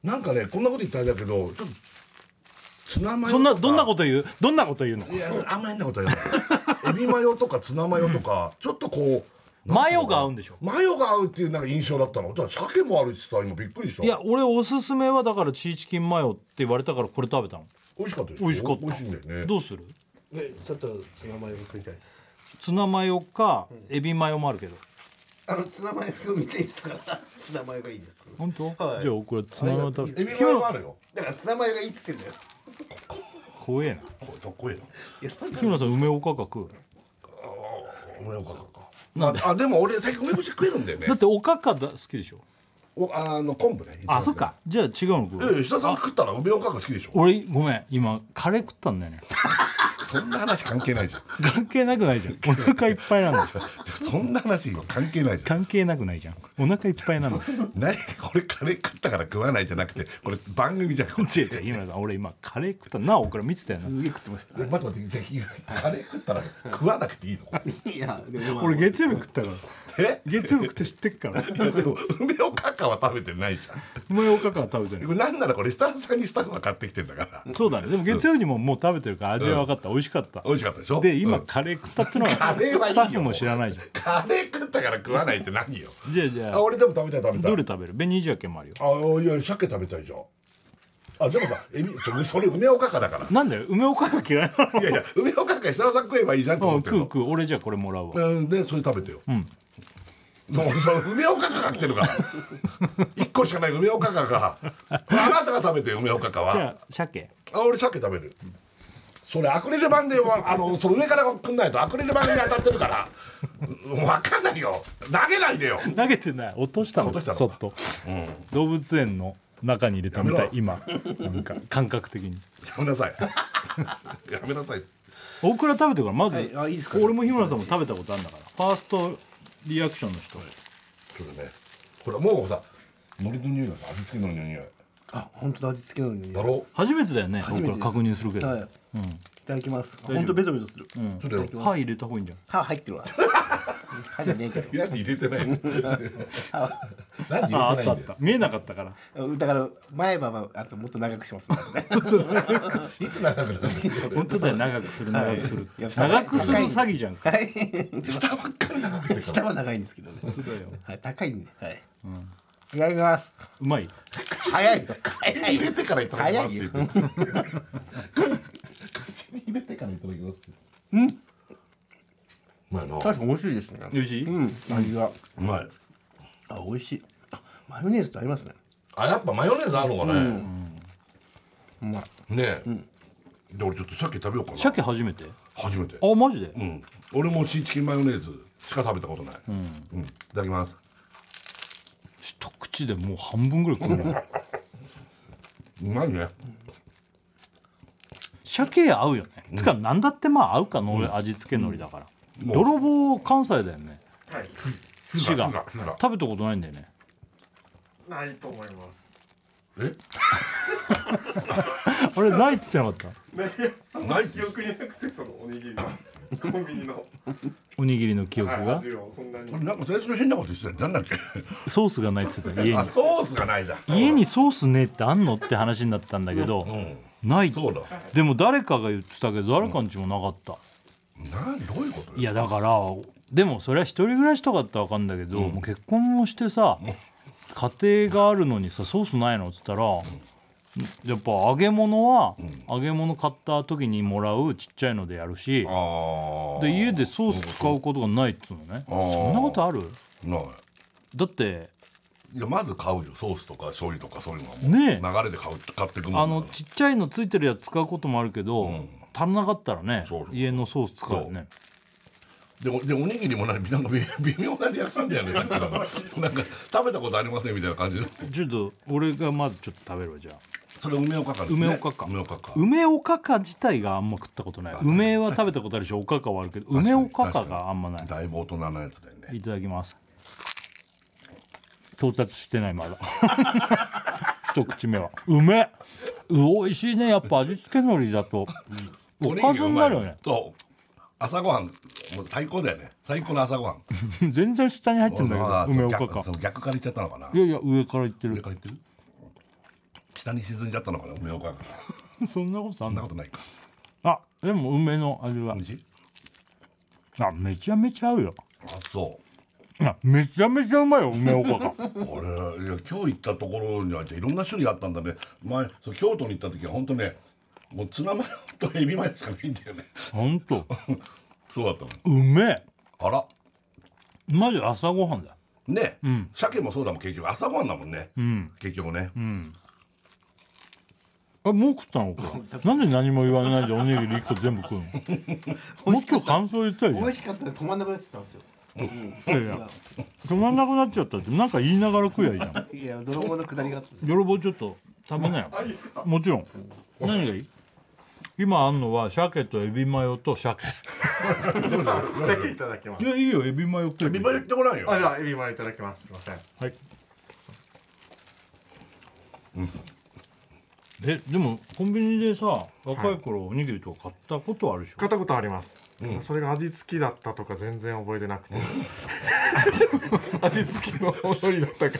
S4: なんかねこんなこと言ったらあれだけどちょっとツナマヨ
S5: そんなどんな
S4: と
S5: こと言うどんなこと言うの
S4: かいやあんま変なことは言 うエビマヨとかツナマヨとか、ちょっとこう
S5: マヨが合うんでしょ
S4: マヨが合うっていうなんか印象だったのだから鮭もあるしさ今びっくりした
S5: いや俺おすすめはだからチーチキンマヨって言われたからこれ食べたの
S4: 美味しかったでしょ
S5: 美味しかった
S4: 美味しいんだよね
S5: どうする
S6: えちょっとツナマヨ食いたいです
S5: ツナマヨかエビマヨもあるけど
S6: あのツナマヨが見ていいですからツナマヨがいいです
S5: 本当、
S6: はい
S5: じゃあこれツナマヨ食べ
S4: エビマヨもあるよ
S6: だからツナマヨがいいっつってんだよ
S5: 怖えな
S4: これどっこいいない
S6: やなんか
S5: 日村さん梅おかか食う
S4: 梅おかかかああでも俺最近梅干し食えるんだよね
S5: だっておかかだ好きでしょ
S4: おあの昆布ね
S5: あそっかじゃあ違うの食う
S4: ええ下さん食ったら梅おかか好きでしょ
S5: 俺ごめん今カレー食ったんだよね
S4: そんな話関係ないじゃん
S5: 関係なくないじゃんお腹いっぱいなの
S4: そんな話今関係ないじゃん
S5: 関係なくないじゃんお腹いっぱいな の
S4: 何これカレー食ったから食わないじゃなくてこれ番組じゃんこっ
S5: 違う
S4: ち
S5: 違う日村さん俺今カレー食ったなおから見てたよな
S6: すげえ食ってまし
S4: 待って待ってぜひカレー食ったら食わなくていいの
S6: たいやでもまあ
S5: 俺月曜日食ったから
S4: え
S5: 月曜日食って知ってっから
S4: でも梅おかかは食べてないじゃ
S5: 梅おかかは食べてない
S4: んこれなんならこれ設楽さんにスタッフが買ってきてんだから
S5: そうだねでも月曜日にももう食べてるから味は分かった、美味しかった
S4: 美味しかったでしょ
S5: で今、
S4: うん
S5: カレー食ったってのは
S4: カレーはいい
S5: ス
S4: よ
S5: タッフも知らないじゃ
S4: カレー食ったから食わないって何よ
S5: んじゃあじゃ
S4: あ
S5: あ
S4: 俺でも食べたい食べたい
S5: どれ食べる紅ジャケもあるよ
S4: あいや鮭食べたいじゃんあでもさエビそれそれ梅おかかだから
S5: なんだよ梅おかか嫌いなの
S4: いやいや梅おかか設楽さん食えばいいじゃんと
S5: う
S4: 思
S5: ん
S4: ってる
S5: 食う
S4: の
S5: 食う俺じゃあこれもらうわ
S4: うんでそれ食べてよ、
S5: ん
S4: もうその梅おかかが来てるから一個しかない梅おかかがあなたが食べて梅おかか
S5: じ
S4: は
S5: ゃあ鮭
S4: あ俺鮭食べるそれアクリル板でわあのその上から来んないとアクリル板に当たってるから分かんないよ投げないでよ
S5: 投げてない落としたの
S4: 落としたの
S5: そっと、動物園の中に入れてみたい
S4: や
S5: 今なんか感覚的に
S4: やめなさいやめなさい
S5: 大倉食べてからまず、
S6: はいあいいですか
S5: 俺も日村さんも食べたことあるんだからファーストリアクションの人
S4: そうだねほらもうさ海苔の匂いがさ味付け海苔の匂い
S6: あ本当だ味付けのに
S4: だろ
S5: 初めてだよね
S6: 初
S5: 大
S6: めてです
S5: 倉確認するけど、
S6: はい、いただきます本当ベトベトする、
S5: うん
S4: それを
S5: 歯入れた方がいいんじゃん
S6: 歯入ってるわ歯じゃねえけど
S4: いや入れて ない何入れてないんだ
S5: あ
S4: よ
S5: あったあった見えなかった から
S6: だから前歯はあともっと長くし ます、ね、
S4: いつ長くなる
S5: 本当だよ長くする長くする
S6: いや
S5: 長くする詐欺じゃんか
S6: はい下ばっかり長く下は長いんですけどね
S5: 本当だよ
S6: はい高いんではい、いただきます
S5: うまい
S6: 早い早い
S4: 入れてからいただきますって言って入れてからいただきますってうんうまいな
S6: 確かに美味しいですね
S5: 美味しい、
S6: うん味が
S4: うまい
S6: あ美味しいあマヨネーズと合いますね
S4: あやっぱマヨネーズあるのかね、
S6: うまい
S4: ねえ、で俺ちょっと鮭食べようかな
S5: 鮭初めて
S4: 初めて
S5: あマジで、
S4: うん俺もシーチキンマヨネーズしか食べたことない、うんいただきます
S5: 一口でもう半分ぐらい食うな
S4: うまいね
S5: 鮭合うよね、つか何だってまあ合うかの、味付け海苔だから、泥棒関西だよね滋賀
S4: 滋賀滋賀
S5: 食べたことないんだよね
S7: ないと思います。
S4: え
S5: あれないっつってなかった
S4: ない
S7: 記憶になくてそのおにぎりのコンビニの
S5: おにぎりの記憶
S7: はい
S5: が
S7: 味をそんなに
S4: 俺なんか最初の変なこと言ってたよなんだっけ
S5: ソースがないっつってた家
S4: あ
S5: に
S4: ソースがないだ
S5: 家にソースねえってあんのって話になったんだけど、ないって
S4: そうだ
S5: でも誰かが言ってたけど誰かんちもなかった、
S4: なんどういうことよ
S5: いやだからでもそれは一人暮らしとかだったら分かんだけど、もう結婚もしてさ家庭があるのにさソースないのっつったら、やっぱ揚げ物は、揚げ物買った時にもらうちっちゃいのでやるし
S4: あー
S5: で家でソース使うことがないっつうのね
S4: あー
S5: そんなことある
S4: ない
S5: だって
S4: いやまず買うよソースとか醤油とかそういうのはもう
S5: ねえ
S4: 流れで買う買ってくもんだ
S5: あのちっちゃいのついてるやつ使うこともあるけど、足んなかったらね
S4: そうそう
S5: 家のソース使うよね
S4: でおでおにぎりもなんかなんか微 微妙なリアクションだよね なんかなんか食べたことありませんみたいな感じで
S5: ちょっと俺がまずちょっと食べるわじゃあ
S4: それ梅おかかですね
S5: 梅おかか
S4: 梅おかか
S5: 梅おかか自体があんま食ったことない梅は食べたことあるしおかかはあるけど梅おかかがあんまない
S4: だいぶ大人なやつだよね
S5: いただきます到達してな いまだ一口目は梅う美味しいねやっぱ味付け海苔だとおかずになるよね
S4: そう朝ごはんもう最高だよね最高の朝ごはん
S5: 全然下に入ってんだ
S4: 俺は
S5: けど梅
S4: そ
S5: おか
S4: の逆そ
S5: か
S4: の逆から言っちゃったのかない
S5: やいや上からいって
S4: 上
S5: る
S4: から言ってる下に沈んじゃったのかな梅おかかそ
S5: そんなことあん
S4: んな
S5: の
S4: ことないか
S5: あでも梅の味は
S4: おいしい
S5: あめちゃめちゃ合うよ
S4: あそ
S5: あめちゃめちゃうまいよ梅 おかか
S4: う俺いや今日行ったところにはじゃあいろんな種類あったんだね前そう京都に行った時は本当ねもうツナマヨとエビマヨしかないんだよね
S5: ほんと
S4: そうだったの
S5: うめえ
S4: あら
S5: マジ朝ごはんだよ
S4: ね、鮭もそうだもん結局朝ごはんだもんね、結局ね、
S5: あもう食った のかなんで何も言わないでおにぎり1個全部食う のもう今日感想言ったり
S6: 美味しかったら止まんなくなっちゃったんですよ
S5: 止まんなくなっちゃったってなんか言いながら食えばいいじゃん
S6: いや泥棒の下りがあったんです
S5: 泥棒ちょっと食べなよもちろん何がいい今あんのは鮭とエビマヨと鮭
S7: 鮭いただきます
S5: い。やいいよエビマヨ食えばい
S4: エ
S5: い
S4: ビマヨ言ってこないよ
S7: あじゃあエビマヨいただきます。すみません。
S5: はい。え、でもコンビニでさ、若い頃おにぎりとか買ったことあるでしょ。
S7: 買ったことあります。それが味付きだったとか全然覚えてなくて。 味付きのおのりだったか。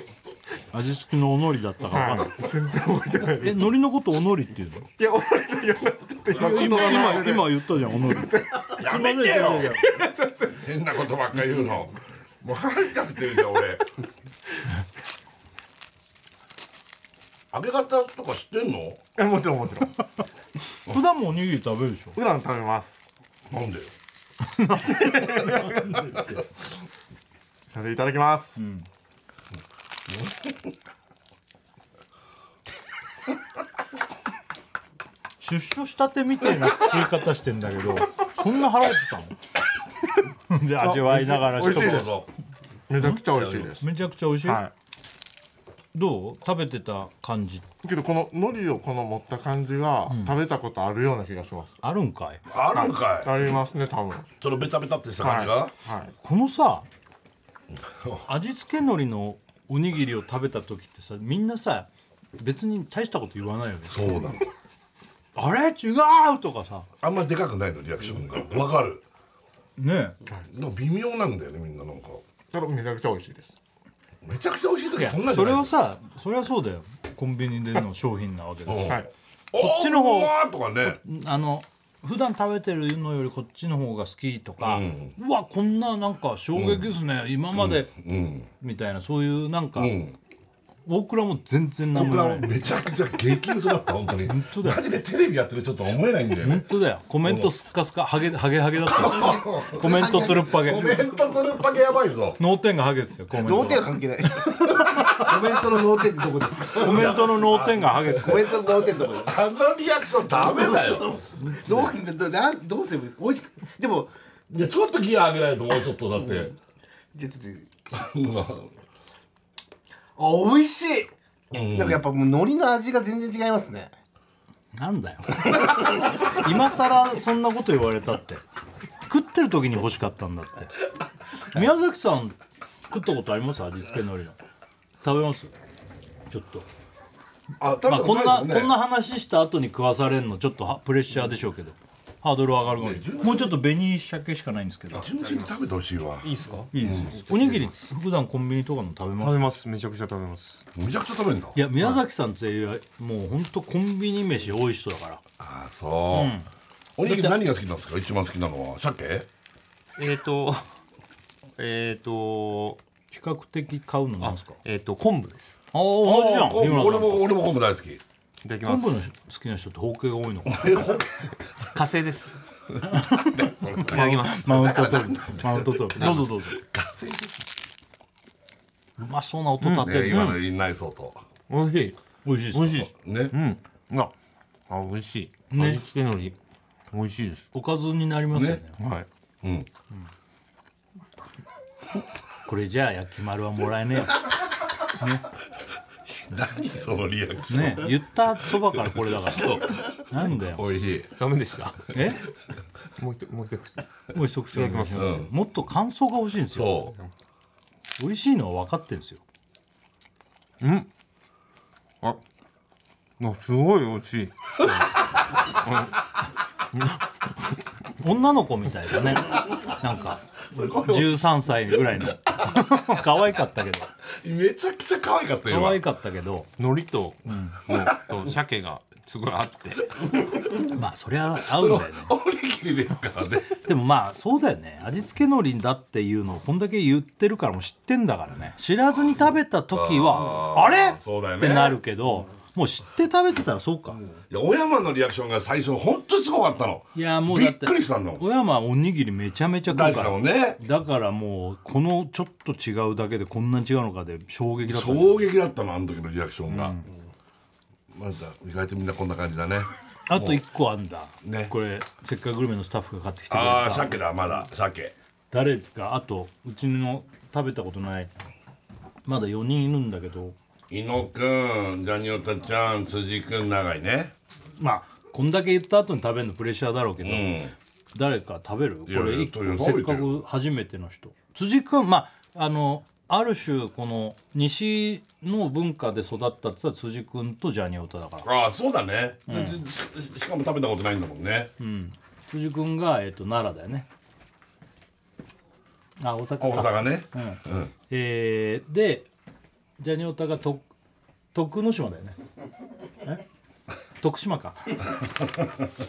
S5: 味付きのおのりだったかわかんない。
S7: はい。全然覚えてない
S5: え、
S7: です。
S5: 海苔のことおのりっていうの？
S7: いやおのりと言わないちょっと今
S5: 今
S7: 言葉
S5: 今今言ったじゃんおのり。
S4: やめてよ変なことばっか言うのもう腹ちゃってるじゃん 俺揚げ方とか知ってんの
S7: が。もちろんもちろん。
S5: 普段もおにぎり食べるでしょ。
S7: 普段食べます。
S4: なんでよ
S7: すいませんいただきます、
S5: 出所したてみたいな食い方してんだけ どそんな腹落ちたの じゃあ味わいながら
S4: ど
S5: 一
S4: う
S5: 言
S4: ぞ
S7: めちゃくちゃ美味しいです
S5: めちゃくちゃ美味しい、
S7: は
S5: どう食べてた感じ
S7: いけどこの海苔をこの持った感じが食べたことあるような気がします、
S5: あるんかい
S4: あるんかい
S7: ありますね多分はい
S4: そのベタベタってした感じが、
S7: はい
S5: このさ味付け海苔のおにぎりを食べた時ってさみんなさ別に大したこと言わないよね
S4: そうなの
S5: あれ違うとかさ
S4: あんまでかくないのリアクションがわかる
S5: ね
S4: でも微妙なんだよねみんななんか
S7: ただめちゃくちゃ美味しいです
S4: めちゃくちゃ美味しい
S5: い
S4: 時
S5: や
S4: そんなんじ
S5: そ
S4: ゃな
S5: れ
S4: い
S5: はさそれはそうだよコンビニでの商品なわけで
S4: うん
S7: はい
S4: おー
S5: こっちの方
S4: うまーとかね
S5: あの普段食べてるのよりこっちの方が好きとか、うわこんななんか衝撃ですね、今まで、
S4: うん
S5: みたいなそういうなんか、
S4: うん
S5: 大倉も全然何も
S4: 僕
S5: 言
S4: ら
S5: わ
S4: は
S5: ない
S4: めちゃくちゃ激薄だった本当に本
S5: 当だよ
S4: マジでテレビやってるちょっと思えないんだよ
S5: 本
S4: ね
S5: 当だよコメントすっかすかハゲハゲハゲだった よコメントつるっぱげ
S4: コメントするだけやばいぞ
S5: 脳天がハゲですよコメント
S6: 脳天は関係ないコメントの脳天ってどこですか
S5: コメントの脳天がハゲです
S6: コメントの脳天どこですか
S4: あのリアクションダメだよ
S6: どうどうなんどうすればいいですか美味しくでも
S4: いやちょっとギア上げないともうちょっとだって
S6: じゃあちょっと
S4: うん
S6: あ美味しい、なんかやっぱもう海苔の味が全然違いますね
S5: なんだよ 今更そんなこと言われたって食ってる時に欲しかったんだって宮崎さん食ったことあります味付け海苔の食べますちょっと
S4: あ
S5: まあ
S4: 多
S5: こ
S4: 分
S5: んな
S4: ないですね
S5: こんな話した後に食わされるのちょっとはプレッシャーでしょうけどハードル上がるのもうちょっと紅鮭しかないんですけど
S4: 純粋に食べてほしいわ
S7: いいですか
S5: いいですおにぎり普段コンビニとかの食べます
S7: 食べますめちゃくちゃ食べます
S4: めちゃくちゃ食べるんだ
S5: いや宮崎さんっていうよりもうほんとコンビニ飯多い人だから
S4: あそう、おにぎり何が好きなんですか一番好きなのは鮭
S7: えっ、ー、とえっ、ー、と
S5: 比較的買うのなんですか
S7: えっ、ー、と昆布です
S5: ああ同じじゃん
S4: あ
S5: 日村さん
S4: 俺も俺も昆布大好き
S7: いただきま
S5: 昆
S7: す
S5: 布の好きな人って包茎が多いの かな
S7: 火 星ですいただきます
S5: マウント取る マウント取るどうぞどうぞうまそうな音立て
S4: ね
S5: る
S4: 今の院内相当
S7: 美味しい
S5: 美味しい
S7: 美
S5: です
S7: 味しいで
S5: か
S7: す
S4: ね
S7: うんああ美味しい、
S5: ね
S7: 味付け海苔美味しいです
S5: おかずになりますよね
S4: ね
S7: はい
S4: うん
S5: これじゃあ焼き丸はもらえね
S4: 何そのリアクション
S5: えよねえ言ったそばからこれだか
S4: そう
S5: らなんだよ
S4: 美味しい
S7: ダメでした
S5: え
S7: もう一もう一口
S5: もう一口お願いします
S4: いただきます
S5: もっと感想が欲しいんですよ
S4: そう
S5: 美味しいのは分かってるんですよ
S7: うんああすごい美味しい
S5: 女の子みたい だねなんか13歳ぐらいの 可愛かったけど
S4: めちゃくちゃ可愛かったよ
S5: 可
S4: 今
S5: 愛かったけど
S7: 海苔と、と鮭がすごいあって
S5: まあそりゃ合
S4: そ
S5: うん
S4: の
S5: だよね
S4: おにぎりですからね
S5: でもまあそうだよね味付け海苔だっていうのをこんだけ言ってるからもう知ってんだからね知らずに食べた時はあれ
S4: そうだよ
S5: っ
S4: ね
S5: てなるけどもう知って食べてたらそうか
S4: いや小山のリアクションが最初本当にすごかったの
S5: いやもうだって
S4: びっくりしたの
S5: 小山はおにぎりめちゃめちゃ食
S4: 大
S5: う
S4: 好き
S5: か
S4: だも
S5: ら
S4: んね
S5: だからもうこのちょっと違うだけでこんなに違うのかで衝撃だったね
S4: 衝撃だったのあの時のリアクションが、まだ意外とみんなこんな感じだね
S5: あと1個あんだ、
S4: ね
S5: これ「せっかくグルメ」のスタッフが買ってきてくれ
S4: ああ
S5: た
S4: 鮭だまだ鮭
S5: 誰かあとうちの食べたことないまだ4人いるんだけど
S4: 伊野くんジャニオタちゃん辻くん長いね
S5: まあこんだけ言った後に食べるのプレッシャーだろうけど、
S4: う
S5: 誰か食べるこ
S4: いや
S5: れ
S4: いや
S5: 一個
S4: いや
S5: せ
S4: 食
S5: っ
S4: べて
S5: か
S4: よ
S5: く初めての人辻君まああのある種この西の文化で育ったって言ったら辻君とジャニオタだから
S4: んああそうだね、でししかも食べたことないんだもんね、
S5: 辻君が、えっと奈良だよねあ大阪か
S4: 大阪ね、うん
S5: えーでジャニオタがと徳之島だよねえ徳島 か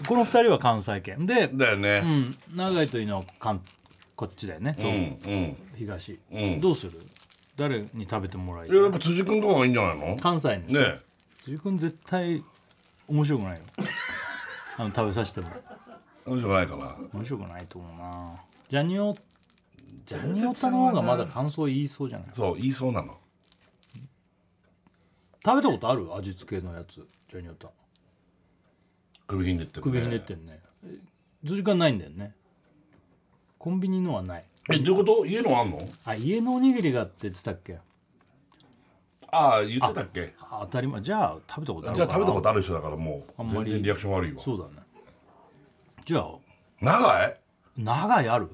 S5: この2人は関西圏で、
S4: だよ
S5: う
S4: ね
S5: ん、長井というのは関こっちだよね、
S4: うんうん、
S5: 東、
S4: うん
S5: どうする誰に食べてもらい
S4: いややっぱ辻くんとかがいいんじゃないの
S5: 関西に、
S4: ねえ
S5: 辻君絶対面白くないよあの食べさせても
S4: そうじゃないかな
S5: 面白くないと思うなジャニオジャニオタの方がまだ感想言いそうじゃない
S4: そう言いそうなの
S5: 食べたことある味付けのやつジャニオタ
S4: 首ひねってるね
S5: 首ひねってんねえ図時間ないんだよねコンビニのはない
S4: えどういうこと家のあんの
S5: あ家のおにぎりがあって言ってたっけ
S4: ああ言ってたっけ
S5: あ当たり前じゃあ食べたことある
S4: じゃあ食べたこと
S5: あ
S4: ある人だからも
S5: あん
S4: う
S5: ま
S4: 全
S5: り
S4: 然リアクション悪いわ
S5: そうだねじゃあ
S4: 長い
S5: 長いある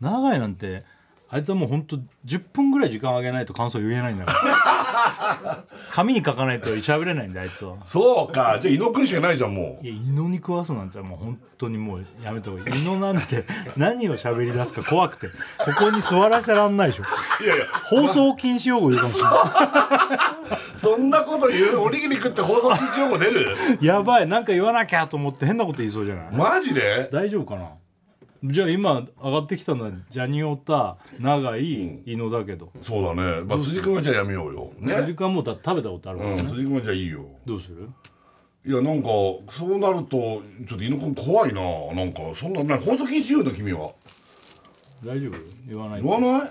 S5: 長いなんてあいつはもうほんと10分ぐらい時間あげないと感想言えないんだから 紙に書かないと喋れないんだあいつは
S4: そうかじゃあ居残りしかないじゃんも
S5: いや胃のに食わすなんてもう本当にもうやめた方がいい胃のなん て何を喋り出すか怖くてここに座らせらんないでしょ
S4: ういやいや
S5: 放送禁止用語言うかもしれな
S4: そんなこと言うおにぎり食って放送禁止用語出 る
S5: いやばいなんか言わなきゃと思って変なこと言いそうじゃない
S4: マジで
S5: 大丈夫かなじゃあ今上がってきたのはジャニオタ永井伊野だけど
S4: そうだねまあ辻君はじゃあやめようよ
S5: 時
S4: ね
S5: 間もうだって食べたことあるか
S4: う
S5: ら
S4: ん
S5: ね
S4: 辻君はじゃあいいよ
S5: どうする
S4: いやなんかそうなるとちょっと猪野君怖いななんかそんなな放送禁止言うの君は
S5: 大丈夫言わない
S4: 言わない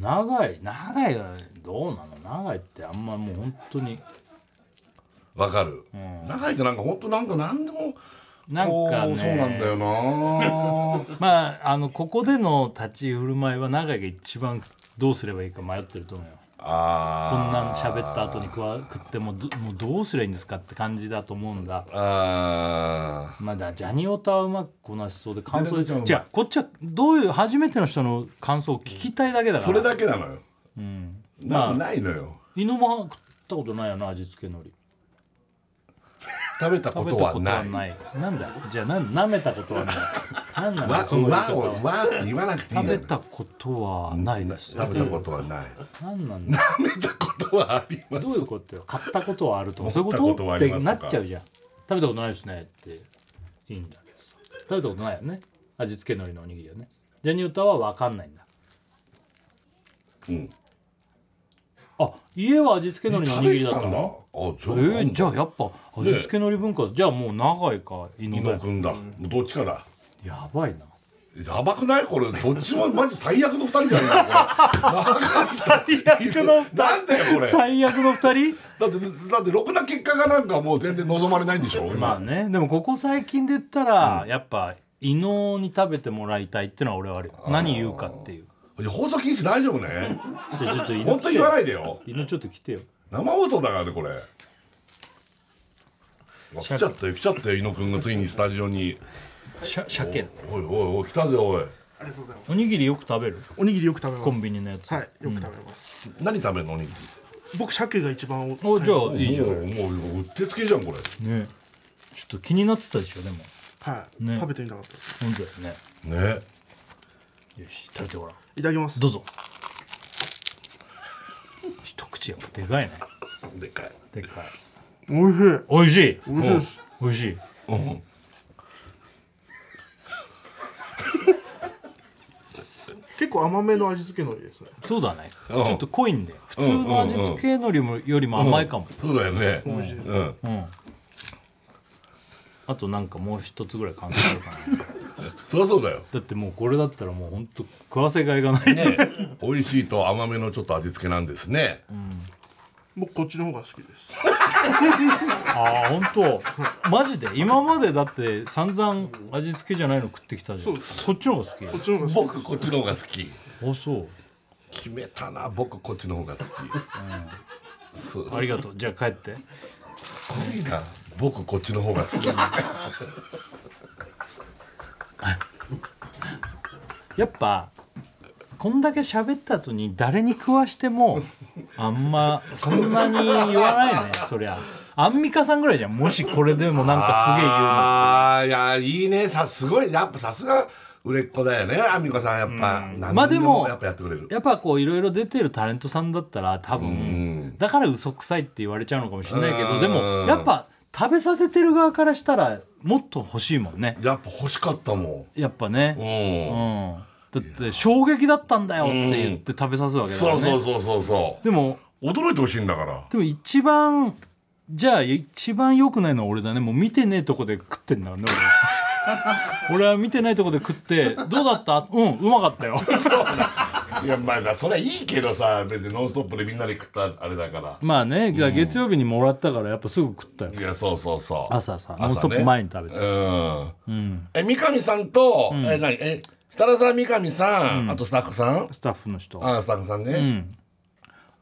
S5: 長い長いはどうなの長いってあんまもう本当に
S4: わかる、
S5: ん
S4: 長いってなんか本当なんか何でも
S5: なんか
S4: こ
S5: ね
S4: うそうなんだ よな
S5: まああのここでの立ち振る舞いは長井が一番どうすればいいか迷ってると思うよこんなん
S4: あー
S5: 喋った後に食わ食ってもどもうどうすりゃいいんですかって感じだと思うんだ
S4: あ
S5: まだジャニオタはうまくこなしそうで感
S4: ジャニ
S5: 想
S4: オタはうまい
S5: じゃあこっちはどういう初めての人の感想を聞きたいだけ
S4: ー
S5: だ
S4: そ
S5: から
S4: れだけなのよ
S5: うん
S4: な
S5: まあ
S4: ないのよ
S5: 胃のも食ったことないよな味付けのり
S4: 食べたこ
S5: 食べ
S4: と
S5: た
S4: は
S5: こと
S4: な
S5: はいないなんだじゃあな舐めたこと はないなんな
S4: わ
S5: のその言い
S4: わ
S5: 方
S4: を
S5: は
S4: わって言わなくていい
S5: 食
S4: の
S5: べ
S4: よ
S5: たことはないです
S4: 食べたことは ない
S5: なんなんだ
S4: 食べたことはあります
S5: どういうことよ買ったことはあるとかそういう こ
S4: 持
S5: と
S4: ったことはあ
S5: っ
S4: り
S5: て
S4: ますと
S5: な
S4: か
S5: っちゃうじゃん食べたことないですねっていいんだけどさ食べたことないよね味付け海苔のおにぎりはねジャニオタは分かんないんだ
S4: うん
S5: あ家は味付け海苔のおにぎりだったのえ
S4: 食べてたんだあ
S5: ー、じ
S4: じゃ
S5: ゃ
S4: あ
S5: あやっぱ味付け海苔文化、じゃあもう長いか井
S4: 伊
S5: 上
S4: 野君だもうどっちかだ
S5: やばいな
S4: やばくないこれどっちもマジ最悪の二人じゃない
S5: 最悪の
S4: のなんだよこれだ
S5: 最悪の二人
S4: ってだってろくな結果がなんかもう全然望まれないんでしょ
S5: まあ
S4: 今
S5: ねでもここ最近で言ったら、やっぱ伊能に食べてもらいたいっていうのは俺はあるよ何言うかっていう
S4: いや放送禁止大丈夫ね
S5: じゃあちょっと伊野
S4: 本当言わないでよ
S5: 犬ちょっと来てよ
S4: 生放送だからねこれあ来ちゃったよ来ちゃったよ猪野君がついにスタジオに
S5: しゃ鮭
S4: おいおいおい来たぜおい
S5: おにぎりよく食べる
S8: おにぎりよく食べます
S5: コンビニのやつ
S8: はいよく食べます、
S4: 何食べるのおにぎ
S8: 僕鮭が一番
S5: おじゃあ
S4: り
S5: いいじゃん
S4: もうもううってつけじゃんこれ
S5: ねちょっと気になってたでしょでも
S8: はい、
S5: ね
S8: 食べてみたかったです
S5: 本当だよね
S4: ね
S5: よし食べてごらん
S8: いただきます
S5: どうぞ一口やっぱでかいね
S4: でかい
S5: でかい
S8: おいしい
S5: おいしい
S8: おいしいです
S5: おいしい
S8: 結構甘めの味付け海苔ですね
S5: そうだねち
S4: うん
S5: ょっと濃いんで普通の味付けのりもよりも甘いかも
S4: そうだよねうん
S5: うんあとなんかもう一つぐらい感想あるかな
S4: そりゃそうだよ
S5: だってもうこれだったらもうほんと食わせがいがない
S4: ね美味しいと甘めのちょっと味付けなんですね
S8: 僕こっちの方が好きです
S5: ああ本当。マジで今までだって散々味付けじゃないの食ってきたじゃんそっちの方が好
S8: こっちの方が好
S4: 僕こっちの方が好き
S5: きあそう
S4: 決めたな僕こっちの方が好きそう
S5: ありがとうじゃあ帰って
S4: いいな僕こっちの 方が好き
S5: やっぱこんだけ喋った後に誰に食わしてもあんまそんなに言わないねそりゃアンミカさんぐらいじゃんもしこれでもなんかすげえ言うの
S4: ああいやいいねさすごいやっぱさすが売れっ子だよねアンミカさんやっぱ何
S5: まあでも
S4: やっぱやってくれる
S5: やっぱこういろいろ出てるタレントさんだったら多分だから嘘くさいって言われちゃうのかもしれないけ
S4: う
S5: ど
S4: ん
S5: でもやっぱ食べさせてる側からしたらもっと欲しいもんね
S4: やっぱ欲しかったも
S5: やっぱ
S4: ん
S5: ねう
S4: うん
S5: だって衝撃だったんだよって言って食べさせるわ
S4: ん
S5: けだか
S4: そ
S5: ら
S4: うそう
S5: ね
S4: そうそうそ
S5: でも
S4: う驚いてほしいんだから
S5: でも一番じゃあ一番良くないのは俺だねもう見てねえとこで食ってんだからね俺は見 てないとこで食ってどうだったうんうまかったよ
S4: いやまあそれはいいけどさ別に「ノンストップ!」でみんなで食ったあれだから
S5: まあねだから月曜日にもらったからやっぱすぐ食ったよ
S4: いやそうそうそう
S5: 朝さ「ノンストップ!」前に食べた、
S4: うん、え三上さんと、え何え設楽さん三上さん、あとスタッフさん
S5: スタッフの人あ
S4: あスタッフさんね、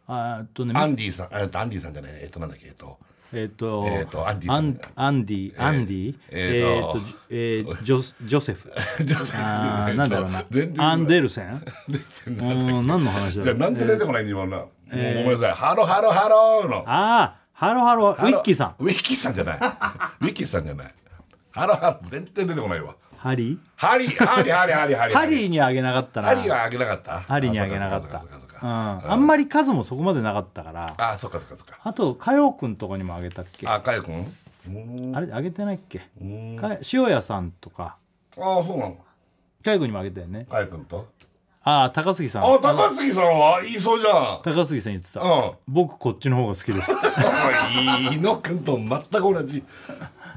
S5: ーっとね
S4: アンディさんえっとアンディさんじゃないねえっとなんだっけえっと
S5: えっと
S4: えっとアンディさん
S5: アンアンディアンディ
S4: え
S5: え
S4: ー
S5: っ
S4: と
S5: とえージョスジョセ フ
S4: ジョセフ
S5: あ
S4: えっ
S5: ー
S4: と
S5: なんだろうな
S4: 全然
S5: アンデルセン
S4: 全
S5: う
S4: 然
S5: ん何の話だ
S4: じゃ
S5: ろ
S4: あ
S5: う
S4: なんで出てこないんだ今な、もうごめんなさい「ハロハロハローの」
S5: ああハロハロウ
S4: ハロ
S5: ィッキーさん
S4: ウィッキーさんじゃないウィッキーさんじゃないハロハロ全然出てこないわ
S5: ハリー
S4: ハリーハリーハリーハリーハリー
S5: ハリーにあげなかったな
S4: ハリーはあげなかった
S5: ハリーにあげなか
S4: あ
S5: っ
S4: そっそっそっそ
S5: た
S4: っ
S5: うんあんまり数もそこまでなかったから
S4: あそっかそっかそっか
S5: あと佳代君とかにもあげたっけあ
S4: あかよくんうーん
S5: れあげてないっけ
S4: ん
S5: か塩屋さんとか
S4: ああそうなの
S5: 佳代君にもあげたよね
S4: かよくんと
S5: ああ高杉さん
S4: あ高杉さんは言いそうじゃん
S5: 高杉さん言ってた
S4: うん
S5: 僕こっちの方が好 きです
S4: 伊野くんと全く同じ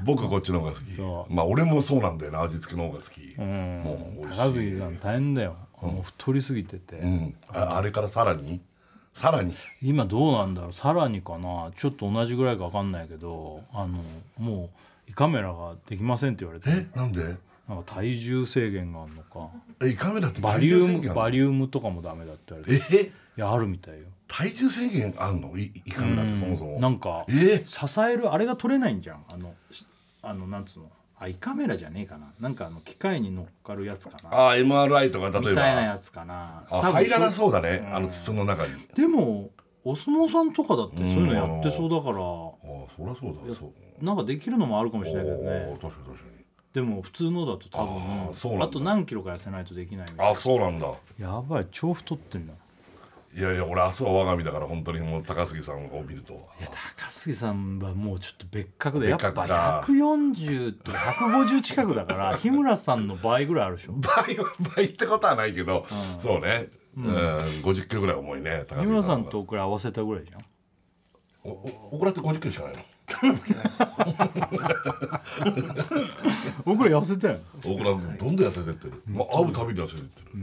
S4: 僕こっちの方が好
S5: そ
S4: き
S5: う
S4: まあ俺もそうなんだよな味付けの方が好き
S5: うん
S4: もう美味しい
S5: 高杉さん大変だよもう太りすぎてて
S4: うんああれからさらにさらに
S5: 今どうなんだろうさらにかなちょっと同じぐらいか分かんないけどあのもう胃カメラができませんって言われて
S4: えなんで
S5: なんか体重制限があるのか
S4: え胃カメラって
S5: バ
S4: 体
S5: リ
S4: 重
S5: ウ
S4: 制限
S5: ム
S4: あ
S5: バ
S4: る
S5: リウムとかもダメだって言われてい
S4: え
S5: やあるみたいよ
S4: 体重制限あんのい胃カメラってそもそも
S5: なんか
S4: え
S5: 支えるあれが取れないんじゃんあのしあのなんつうのあ胃カメラじゃねえかななんかあの機械に乗っかるやつかな
S4: ああ MRI とか例え
S5: みたいなや
S4: ば
S5: つかな
S4: あ
S5: 多分
S4: 入らな
S5: そう
S4: そうだねあの筒の中に
S5: でもお相撲さんとかだってそういうのやってそうだか
S4: ああ
S5: ら
S4: そりゃそうだそう
S5: なんかできるのもあるかもしれないけど
S4: お
S5: ね
S4: ー確かに確かに
S5: でも普通のだと多
S4: あ
S5: 分
S4: ー
S5: あ
S4: そうなんだ
S5: と何キロか痩せないとできないみたい
S4: あそうなんだ
S5: なやばい超太ってんだ
S4: いやいや俺明日は我が身だから本当にもう高杉さんを見ると
S5: いや高杉さんはもうちょっと別格で
S4: 別
S5: やっぱ
S4: 格か
S5: 140と150近くだから 日村さんの倍ぐらいあるでしょ
S4: 倍は倍ってことはないけど、そうね、うん、50キロぐらい重いね高
S5: 日
S4: 杉
S5: 村
S4: さ
S5: さ
S4: ん
S5: ん
S4: の
S5: とこれ合わせたぐらいじゃん
S4: おおオクラって50キロしかないの
S5: 僕ら痩せたよ
S4: オクラどんどん痩せてってる、まあ、会うたびに痩せてってる、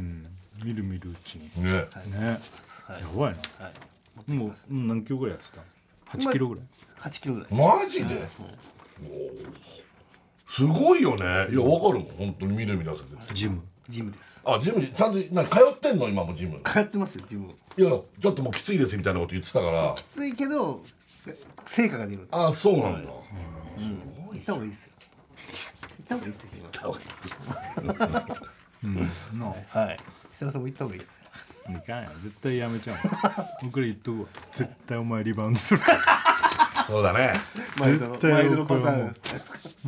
S5: 見る見るうちに
S4: ね
S5: ねやばいなもううん何キロぐらい痩せた8キロぐらい
S6: 8キロぐらい
S4: マジで、おーすごいよねいや分かるもん本当に見る見る痩せてる
S5: ジム
S6: ジムです
S4: あジムちゃんとな通ってんの今もジム
S6: 通ってますよジム
S4: いやちょっともうきついですみたいなこと言ってたから
S6: きついけどせ成果が出る
S4: ああそうなんだ、
S6: 行った方がいいですよ行った方がいいですよ行った方がいいですはい設楽さんも行った方がいいですよ
S5: いかんや絶対やめちゃうもん僕ら言っとくわ絶対お前リバウンドするから
S4: そうだね
S6: 前の
S5: 対
S6: 前の
S5: 僕
S6: パ
S5: は
S6: タ
S5: もう
S6: ーン
S4: こ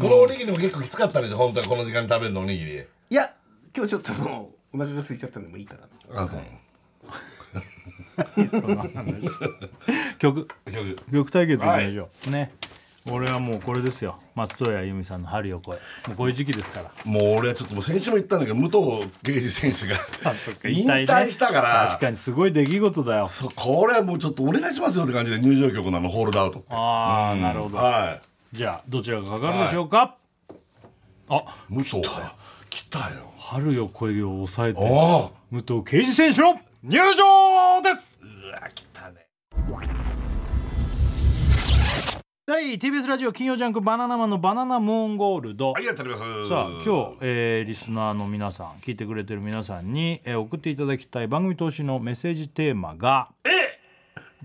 S4: のおにぎりも結構きつかったでしょ本当はこの時間に食べるのおにぎり
S6: いや今日ちょっともうお腹が空いちゃったのでもういいかなと
S4: あそう
S5: 曲
S4: 曲
S5: 曲対決いきましょう、ね俺はもうこれですよ松任谷由実さんの「春よ来い」もうこういう時期ですから
S4: もう俺はちょっともう先週も言ったんだけど武藤敬司選手 が引
S5: ね
S4: 退したから
S5: 確かにすごい出来事だよ
S4: そうこれはもうちょっとお願いしますよって感じで入場曲なのホールドアウトって
S5: ああなるほど
S4: は
S5: じゃあどちらがかかるでしょうか、あ
S4: い武藤が来たよ
S5: 春よ来いを抑えて
S4: あ
S5: 武藤敬司選手の入場ですうわ来たね第 TBS ラジオ金曜ジャンク「バナナマンのバナナムーンゴールド」
S4: あありがとうございます
S5: さあ今日、えーリスナーの皆さん聞いてくれてる皆さんに、えー送っていただきたい番組投資のメッセージテーマが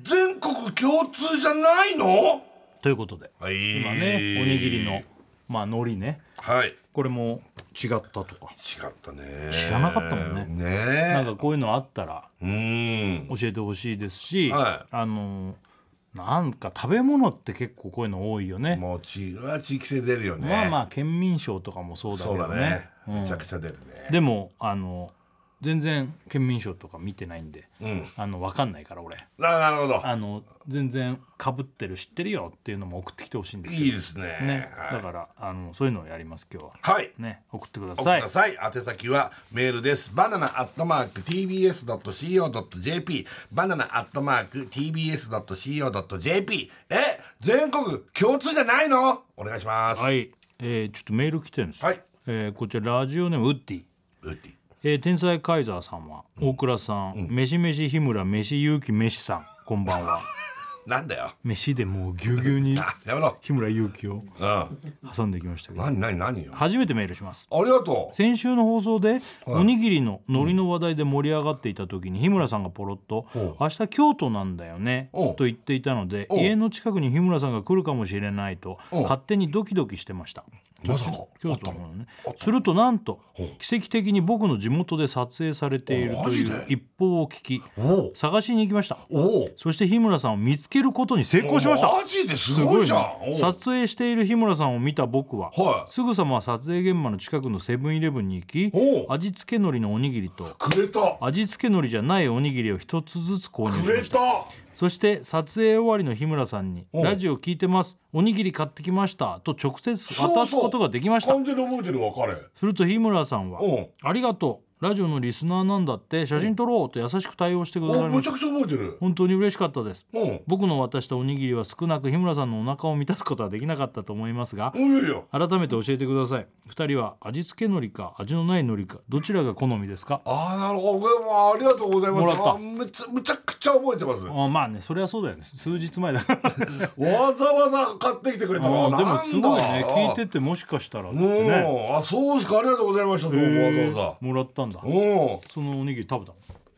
S4: 全国共通じゃないの
S5: ということで
S4: はい
S5: 今ね、おにぎりのまあ海苔ね
S4: はい違
S5: これも違ったとか
S4: ったね
S5: 知らなかったもんね
S4: ね
S5: なん
S4: え
S5: かこういうのあったら
S4: うーん
S5: 教えてほしいですし、
S4: はい
S5: あのーなんか食べ物って結構こういうの多いよね
S4: もう地は地域性出るよね
S5: まあまあ県民賞とかもそうだけ
S4: そう
S5: ど
S4: だ
S5: ね
S4: ね
S5: うん
S4: めちゃくちゃ出るね
S5: でもあの全然県民賞とか見てないんで、
S4: ん
S5: あの分かんないから俺。
S4: あなるほど
S5: あの全然かぶってる知ってるよっていうのも送ってきてほしいんですけど
S4: いいですね
S5: ね、
S4: はい
S5: だからあのそういうのをやります今日は、
S4: はい
S5: ね送ってくだ
S4: 送
S5: さ
S4: って
S5: い
S4: ください宛先はメールですバナナアットマーク TBS.CO.JP バナナアットマーク TBS.CO.JP え全国共通じゃないのお願いします
S5: はい、えーちょっとメール来てるんですよ、
S4: はい
S5: ええーこちらラジオネームウッディ、
S4: ウッディ
S5: えー天才カイザーさんは大倉さん、飯飯日村飯勇気飯さんこんばんは
S4: なんだよ
S5: 飯でもうぎゅうぎゅうに
S4: あやめろ
S5: 日村勇気を
S4: うん
S5: 挟んできましたけど
S4: 何何何よあ
S5: 初めてメールします
S4: りがと
S5: 先週の放送でおにぎりの海苔の話題で盛り上がっていた時に日村さんがポロッと
S4: ほう
S5: 「明日京都なんだよね」
S4: おう
S5: と言っていたので
S4: おう
S5: 家の近くに日村さんが来るかもしれないと
S4: おう
S5: 勝手にドキドキしてました
S4: うまさかあ
S5: 京
S4: っ
S5: 都
S4: た
S5: の
S4: の
S5: 方ねするとなんと
S4: おう
S5: 奇跡的に僕の地元で撮影されている
S4: お
S5: とい
S4: マ
S5: う
S4: ジで
S5: 一報を聞き
S4: おう
S5: 探しに行きました
S4: おう
S5: そして日村さんを見つけることに成功しました
S4: マジですごいじゃんおう
S5: 撮影している日村さんを見た僕は、
S4: はい
S5: すぐさま撮影現場の近くのセブンイレブンに行き
S4: おう
S5: 味付け海苔のおにぎりと
S4: くれた
S5: 味付け海苔じゃないおにぎりを一つずつ購入し
S4: く
S5: ま
S4: れ
S5: した
S4: た
S5: そして撮影終わりの日村さんに「
S4: おう
S5: ラジオ聞いてますおにぎり買ってきました」と直接渡すことができました
S4: 完全に覚えてるわ彼
S5: すると日村さんは
S4: おう
S5: 「ありがとうラジオのリスナーなんだって写真撮ろう」と優しく対応してくださ
S4: お
S5: い
S4: め
S5: ま
S4: ち
S5: し
S4: ゃ
S5: た
S4: くちゃ覚えてる
S5: 本当に嬉しかったです
S4: うん
S5: 僕の渡したおにぎりは少なく日村さんのお腹を満たすことはできなかったと思いますが
S4: おいやいや
S5: 改めて教えてください2人は味付け海苔か味のない海苔かどちらが好みですか
S4: ああなるほどこれもありがとうございます
S5: もらった
S4: あむちゃむちゃくちゃ覚えてますわ
S5: あまあねそれはそうだよね数日前だ から
S4: ざわざ買ってきてくれたの
S5: あでもすごい
S4: なん
S5: ね
S4: だ
S5: 聞いててもしかしたらっ
S4: う
S5: て
S4: ん、
S5: ね
S4: あそうですかありがとうございましたどうもわざわざ
S5: もらったんだ
S4: うん
S5: そのおにぎり食べたの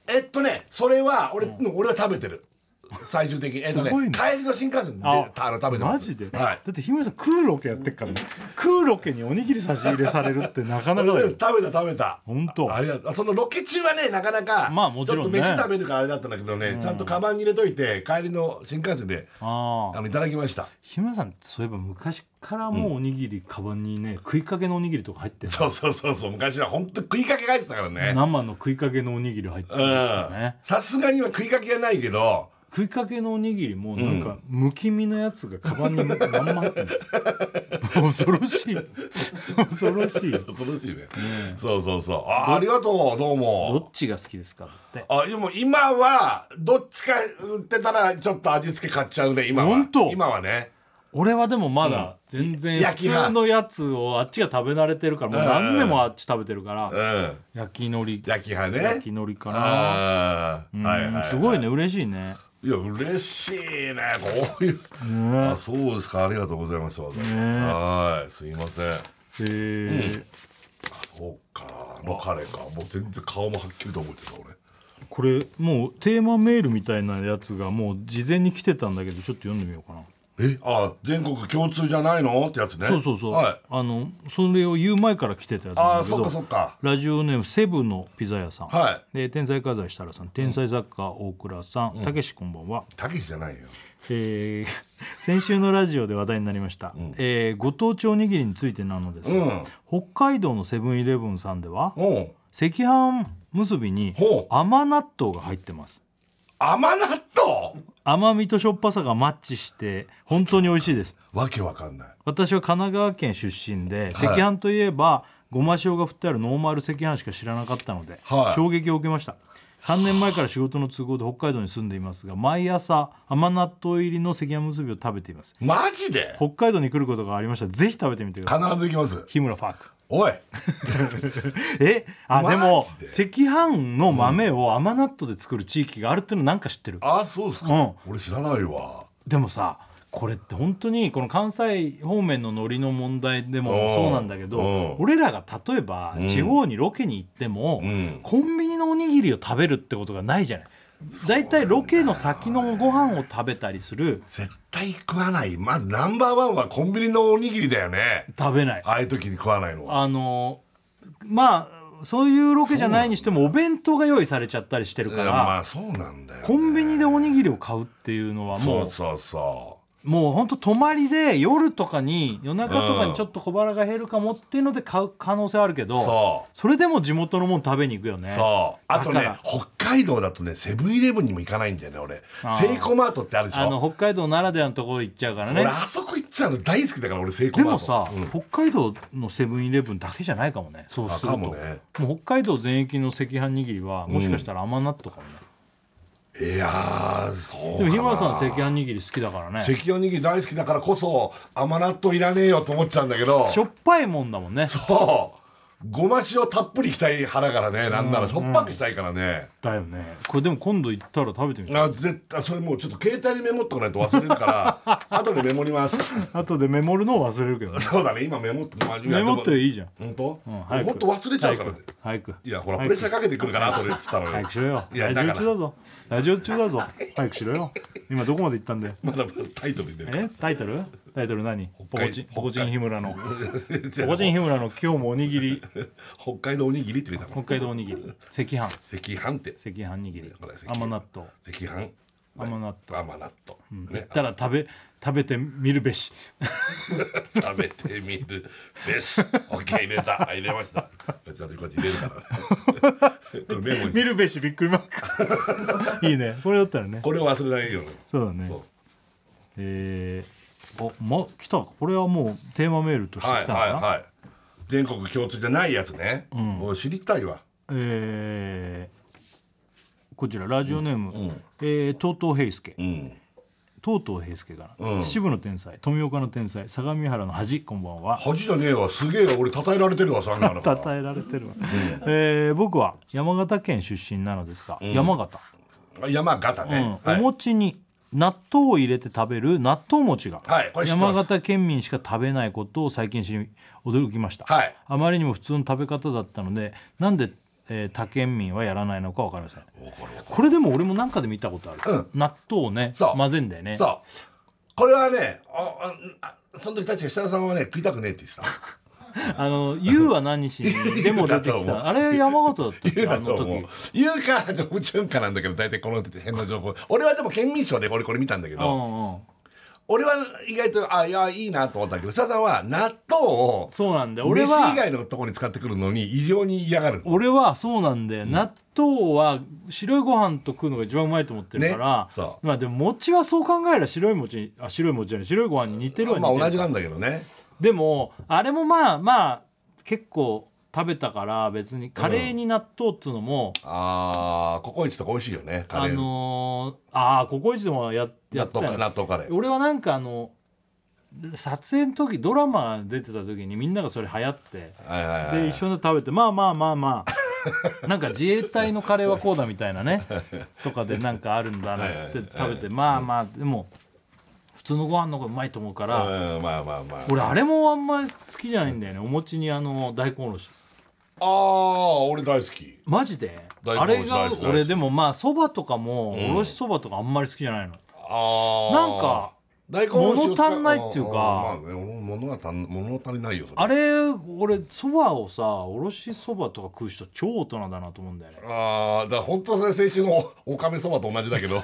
S4: えっとねそれは俺、うん俺は食べてる最終的にえっとね
S5: すごいね
S4: 帰りの新幹線で
S5: あ
S4: あの食べてます
S5: マジで、
S4: は
S5: だって日村さん食うロケやってっからね食うロケにおにぎり差し入れされるってなか
S4: い、
S5: なかだ
S4: うん
S5: よ
S4: 食べた食べた
S5: ほんと
S4: ありがとうそのロケ中はねなかなか、
S5: まあもちろんね
S4: ちょっと飯食べるからあれだったんだけどね、ちゃんとカバンに入れといて帰りの新幹線で
S5: あ
S4: あ
S5: あ
S4: のいただきました
S5: 日村さんそういえば昔からもうおにぎりカバンにね食いかけのおにぎりとか入ってる
S4: そうそうそうそう昔は本当食いかけが入ってたからね
S5: 生の食いかけのおにぎり入って
S4: う
S5: るんですよ
S4: ん
S5: ね
S4: さすがには食いかけがないけど
S5: 食いかけのおにぎりもなんかむき身のやつがカバンにまんま入ってる恐ろしい恐ろしい
S4: 恐ろしいね、そうそうそうあありがとうどう
S5: ど
S4: も
S5: っちが好きですかって
S4: あでも今はどっちか売ってたらちょっと味付け買っちゃうね今は
S5: ほんと
S4: 今はね
S5: 俺はでもまだ全然普
S4: 焼き派
S5: 通のやつをあっちが食べ慣れてるからもう何年もあっち食べてるから
S4: うん
S5: 焼き海苔
S4: 焼き派ね
S5: 焼き海苔かな
S4: ああはいはい、
S5: う
S4: は
S5: ん
S4: い、
S5: すごいね嬉しいね
S4: いや嬉しいねこういう、あそうですかありがとうございましたわざわざはいすいません
S5: へえ
S4: そうかあの彼かもう全然顔もはっきりと覚えてた俺
S5: これもうテーマメールみたいなやつがもう事前に来てたんだけどちょっと読んでみようかな
S4: えあ全国共通じゃないのってやつね
S5: そうそうそう、
S4: はい
S5: あのそれを言う前から来てたやつなんだけど
S4: ああそっかそっか
S5: ラジオネームセブのピザ屋さん、
S4: は
S5: で天才カザイ設楽さん天才作家大倉さんたけしこんばんは、
S4: たけしじゃないよ
S5: えー 先週のラジオで話題になりました、えーご当地おにぎりについてなのですが、北海道のセブンイレブンさんでは
S4: おうん
S5: 赤飯結びに
S4: ほう
S5: 甘納豆が入ってます
S4: 甘納豆
S5: 甘みとしょっぱさがマッチして本当に美味しいです
S4: わけわかんない
S5: 私は神奈川県出身で赤飯といえばごま塩が振ってあるノーマル赤飯しか知らなかったので、
S4: はい
S5: 衝撃を受けました3年前から仕事の都合で北海道に住んでいますが毎朝甘納豆入りの赤飯結びを食べています
S4: マジで
S5: 北海道に来ることがありましたらぜひ食べてみてくださ
S4: 必
S5: い
S4: ず行きます
S5: 日村ファーク
S4: おい
S5: えあ
S4: マ
S5: で
S4: ジで
S5: も赤飯の豆を甘納豆で作る地域があるっていうのなんか知ってる、
S4: あそうっすか、
S5: う
S4: 俺知らないわ
S5: でもさこれって本当にこの関西方面の海苔の問題でも
S4: うん
S5: そうなんだけ
S4: う
S5: ど
S4: ん
S5: 俺らが例えば地方にロケに行っても
S4: ん
S5: コンビニのおにぎりを食べるってことがないじゃない。だいたいロケの先のご飯を食べたりする
S4: 絶対食わないまずナンバーワンはコンビニのおにぎりだよね
S5: 食べない
S4: ああいう時に食わないのは
S5: あのまあそういうロケじゃないにしてもお弁当が用意されちゃったりしてる
S4: い
S5: か
S4: やま
S5: ら
S4: あそうなんだよね、
S5: コンビニでおにぎりを買うっていうのはも
S4: そううそうそ
S5: もうほんと泊まりで夜とかに夜中とかにちょっと小腹が減るかもっていうので買う可能性あるけど
S4: うそう
S5: それでも地元のもん食べに行くよね
S4: そうあと
S5: だか
S4: ね
S5: ら
S4: 北海道だとねセブンイレブンにも行かないんだよね俺
S5: あー
S4: セイコーマートってあるでしょ
S5: あの北海道ならではのところ行っちゃうからね
S4: 俺あそこ行っちゃうの大好きだから俺セイコ
S5: で
S4: ーマー
S5: も
S4: ト
S5: さ、
S4: うん
S5: 北海道のセブンイレブンだけじゃないかもねそうすると
S4: あかもね
S5: もう北海道全域の赤飯握りはもしかしたら甘納豆かもね、
S4: いやーそうかな
S5: でも日村さん赤飯握り好きだからねし
S4: 赤おにぎり大好きだからこそ甘納豆いらねえよと思っちゃうんだけど
S5: ょっぱいもんだもんね
S4: そうごま塩たっぷりいきたい腹からねなんならしょっぱくしたいからね、
S5: だよねこれでも今度行ったら食べてみて
S4: あ絶対それもうちょっと携帯にメモっとかないと忘れるから 後でメモります
S5: 後でメモるのを忘れるけどね
S4: そうだね今メモって
S5: メモっていいじゃん
S4: 本当、
S5: うん
S4: 俺
S5: 早く
S4: 本当忘れちゃうからね
S5: 早く
S4: いやほらプ
S5: 早
S4: レ
S5: く
S4: ッシャーかけてくるから後でっつったの
S5: 早
S4: よ
S5: くしろよ
S4: いやだ
S5: ラジオ
S4: か
S5: 中
S4: ら
S5: だぞラジオ中だぞ早くしろよ今どこまで行ったんだよ
S4: まだまだタイトルに出る
S5: えタイトルタイトル何ポコ
S4: 海
S5: チン
S4: 北海
S5: ポコチン日村の ポコチン日村の今日もおにぎり
S4: 北海道おにぎりって入れた
S5: 北
S4: の
S5: 海道おにぎり赤
S4: 赤
S5: 飯
S4: 飯って
S5: 赤飯握り
S4: これ赤飯
S5: 甘納豆
S4: 赤飯
S5: 甘納豆
S4: 甘納豆、
S5: 行
S4: ね
S5: ったら食べ食べてみるべし
S4: 食べてみるべし OK 入れたあ入れましたこうやってこうやって入れるから ねこれメモに
S5: 見るべしびっくりマー クいいねこれだったらね
S4: これを忘れないように
S5: そうだね
S4: そう
S5: えー、おま来たこれはもうテーマメールとして
S4: はい
S5: 来たのか
S4: はい
S5: な、
S4: はい全国共通じゃないやつね、もう知りたいわ
S5: えーこちらラジオネーム、えー、とうとう平介、
S4: うん
S5: とうとう平介かな、秩父の天才富岡の天才相模原の恥こんばんは
S4: 恥じゃねえわすげえわ俺称えられてるわさんがら
S5: 称えられてるわ、えー僕は山形県出身なのですが、山形、
S4: 山形
S5: うん
S4: ね、は
S5: お
S4: い
S5: 餅に納豆を入れて食べる納豆餅が、
S4: はいこれ知ってま
S5: 山
S4: す
S5: 形県民しか食べないことを最近知り驚きました、
S4: はい
S5: あまりにも普通の食べ方だったのでなんで、えー他県民はやらないのか分かりませんこれでも俺もなんかで見たことある、納豆をね
S4: そう
S5: 混ぜんだよね
S4: そうこれはねあああその時確か設楽さんはね食いたくねえって言ってた
S5: あの「ゆうは何しに」でも 出て
S4: い
S5: き
S4: いなと思う
S5: たあれ山形だったっ
S4: 言う
S5: けあ
S4: だと
S5: の
S4: 思
S5: 時
S4: う言うか順かなんだけど大体この変な情報俺はでも県民賞で俺これ見たんだけ
S5: う
S4: ど、
S5: んうん
S4: 俺は意外とあいやいいなと思ったけど設楽さんは納豆を
S5: そうなんだよ
S4: 飯
S5: 俺は
S4: 以外のところに使ってくるのに異常に嫌がる
S5: 俺はそうなんだよ、納豆は白いご飯と食うのが一番うまいと思ってるから、
S4: ねそう
S5: まあでも餅はそう考えれば白い餅にあ白い餅じゃない白いご飯に似てるは似
S4: ま
S5: て
S4: あ
S5: る、
S4: 同じなんだけどね
S5: でもあれもまあまあ結構食べたから別にカレーに納豆っつうのも、
S4: あーココイチとか美味しいよねカ
S5: あ
S4: レーの
S5: のーああここ一でもや
S4: 納
S5: やってた
S4: 豆か
S5: よ
S4: 納豆カレー
S5: 俺はなんかあの撮影の時ドラマ出てた時にみんながそれ流行って
S4: はいはいはい
S5: で一緒に食べてまあまあまあまあ なんか自衛隊のカレーはこうだみたいなねとかでなんかあるんだなっつって食べてまあまあでも普通のご飯の方がうまいと思うから
S4: うんまあまあまあ
S5: 俺あれもあんまり好きじゃないんだよねお餅にあの大根おろし
S4: ああ俺大好き
S5: マジで
S4: 大
S5: あ
S4: 根おろし
S5: れが
S4: 大好き大好き
S5: 俺でもまあそばとかもおろしそばとかあんまり好きじゃないの
S4: あー
S5: なんか
S4: 大根おろしを使
S5: 物足んないっていうか
S4: あーまあね物は足ん物足りないよそれ
S5: あれ俺そばをさおろしそばとか食う人超大人だなと思うんだよね
S4: ああだから本当それ先週のおかめそばと同じ だけど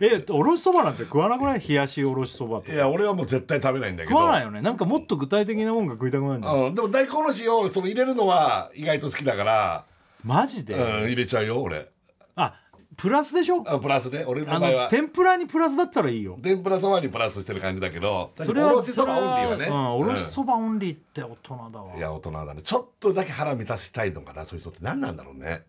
S5: えおろしそばなんて食わなくない冷やしおろしそばと
S4: い
S5: か
S4: や俺はもう絶対食べないんだけど
S5: 食わないよねなんかもっと具体的なもんが食いたくなるんだよ
S4: うん、でも大根おろしをその入れるのは意外と好きだから、
S5: マジで、
S4: うん、入れちゃうよ俺
S5: あプラスでしょ
S4: あプラスね俺
S5: あ
S4: の場合
S5: の
S4: は
S5: 天ぷらにプラスだったらいいよ
S4: 天ぷらそばにプラスしてる感じだけど
S5: それ
S4: お
S5: は
S4: ろしそばオンリーはね、
S5: それうん、おろしそばオンリーって大人だわ、
S4: い
S5: や
S4: や大人だねちょっとだけ腹満たしたいのかなそういう人って何なんだろうね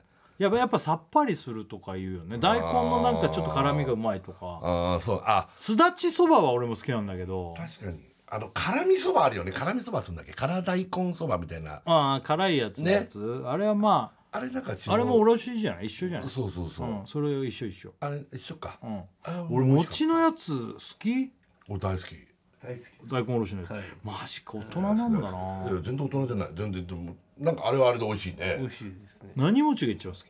S5: っぱやっぱさっぱりするとか言うよね大根のなんかちょっと辛みがうまいとか
S4: ああそうあ
S5: すだちそばは俺も好きなんだけど
S4: 確かにあの辛味そばあるよね辛味そばっつうんだっけ辛大根そばみたいな
S5: ああ辛いやつの
S4: ね
S5: やつ、あれはま
S4: あれなんか違う
S5: ああれもおろしじゃない一緒じゃない、
S4: そうそうそう、
S5: うん、それ一緒一緒、
S4: あれ一緒か、
S5: うん、
S4: あ
S5: 俺餅のやつ好き
S4: 俺大好き
S6: 大好き
S5: 大根おろしのやつ、マジか大人なんだない
S4: や全然大人じゃない全然でもなんかあれはあれで美味しい
S6: 美
S4: ね
S6: 味しいですね
S5: 何餅が一番好き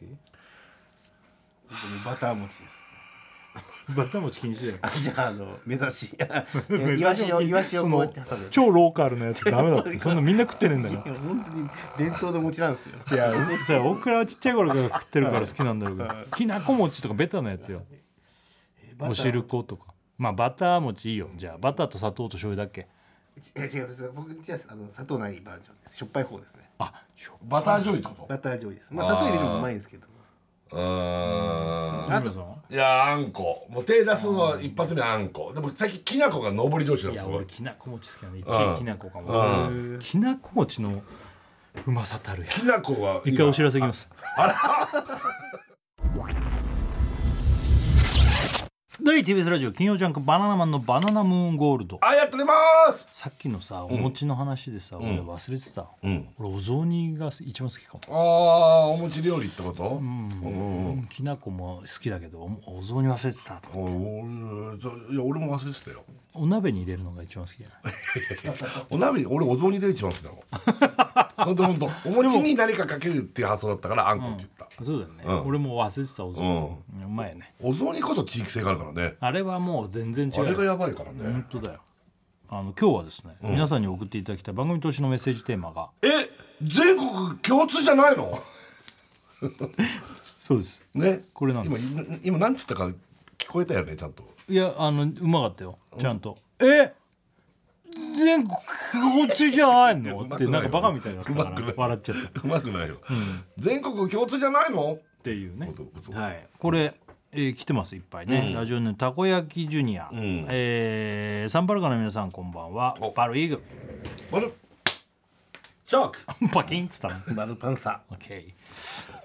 S6: バター餅です
S5: バッタ餅禁止だよ
S6: あじゃああの目指しイワシをイワシをこうやって挟む
S5: 超ローカルなやつダメだってそんなみんな食ってねえんだ
S6: い
S5: か
S6: や
S5: ら
S6: 本当に伝統の餅なんですよ
S5: いやそれ大倉はちっちゃい頃から食ってるから好きなんだろうけどきなこ餅とかベタなやつよお汁粉とかまあバター餅いいよじゃあバターと砂糖と醤油だっけ
S6: いや違うです僕じゃああの砂糖ないバージョンですしょっぱい方ですね
S5: あしょ
S4: バター醤油ってこ
S6: バター醤油ですまあ砂糖入れてもうまいんですけど
S4: とうーん
S5: 田村さんはい
S4: やーあんこもう手出すの一発目あんこでも最近きなこが上り調子なん
S5: い
S4: です
S5: や
S4: ご
S5: 俺
S4: い
S5: きなこ餅好きなの一
S4: う
S5: 位
S4: ん
S5: きなこかもきなこ餅のうまさたるや
S4: きなこが
S5: 一回お知らせいきます 第 TBS ラジオ金曜ジャンク「バナナマンのバナナムーンゴールド
S4: あやっております。
S5: さっきのさお餅の話でさ、俺忘れてた、
S4: ん
S5: 俺お雑煮が一番好きかも、
S4: ああ、お餅料理ってこと。うん。
S5: きな粉も好きだけどおお雑煮忘れてたと思って
S4: 俺いや俺も忘れてたよ
S5: お鍋に入れるのが一番好きじゃない
S4: お鍋俺お雑煮で一番好きだもんほんとほ んとお餅に何かかけるっていう発想だったからあんこって言った、
S5: そうだよね、
S4: うん
S5: 俺も忘れてたお雑煮、うまいね
S4: お雑煮こそ地域性があるからね
S5: あれはもう全然違
S4: あ
S5: う
S4: れがやばいからね、
S5: 本当だよあの今日はですね、皆さんに送っていただきたい番組投資のメッセージテーマが
S4: え全国共通じゃないの
S5: そうです
S4: ね
S5: これなんで
S4: 今今何つったか聞こえたよねちゃん と
S5: いやあのうまかったよちゃんと、え全国共通じゃないの
S4: うまくない
S5: って
S4: よ
S5: なんかバカみたいだったか
S4: うまくな
S5: ら
S4: い
S5: 笑っちゃったっ
S4: うまくないよ、全国共通じゃないの
S5: ていうね
S4: ことこと
S5: はいこれ、えー来てますいっぱいね、ラジオネームたこ焼きジュニア、
S4: ん
S5: えーサンパルカの皆さんこんばんは
S4: お
S5: バルイーグ
S4: あれシャーク
S5: ルパキンっつったの
S6: バルパンサ
S5: オッケー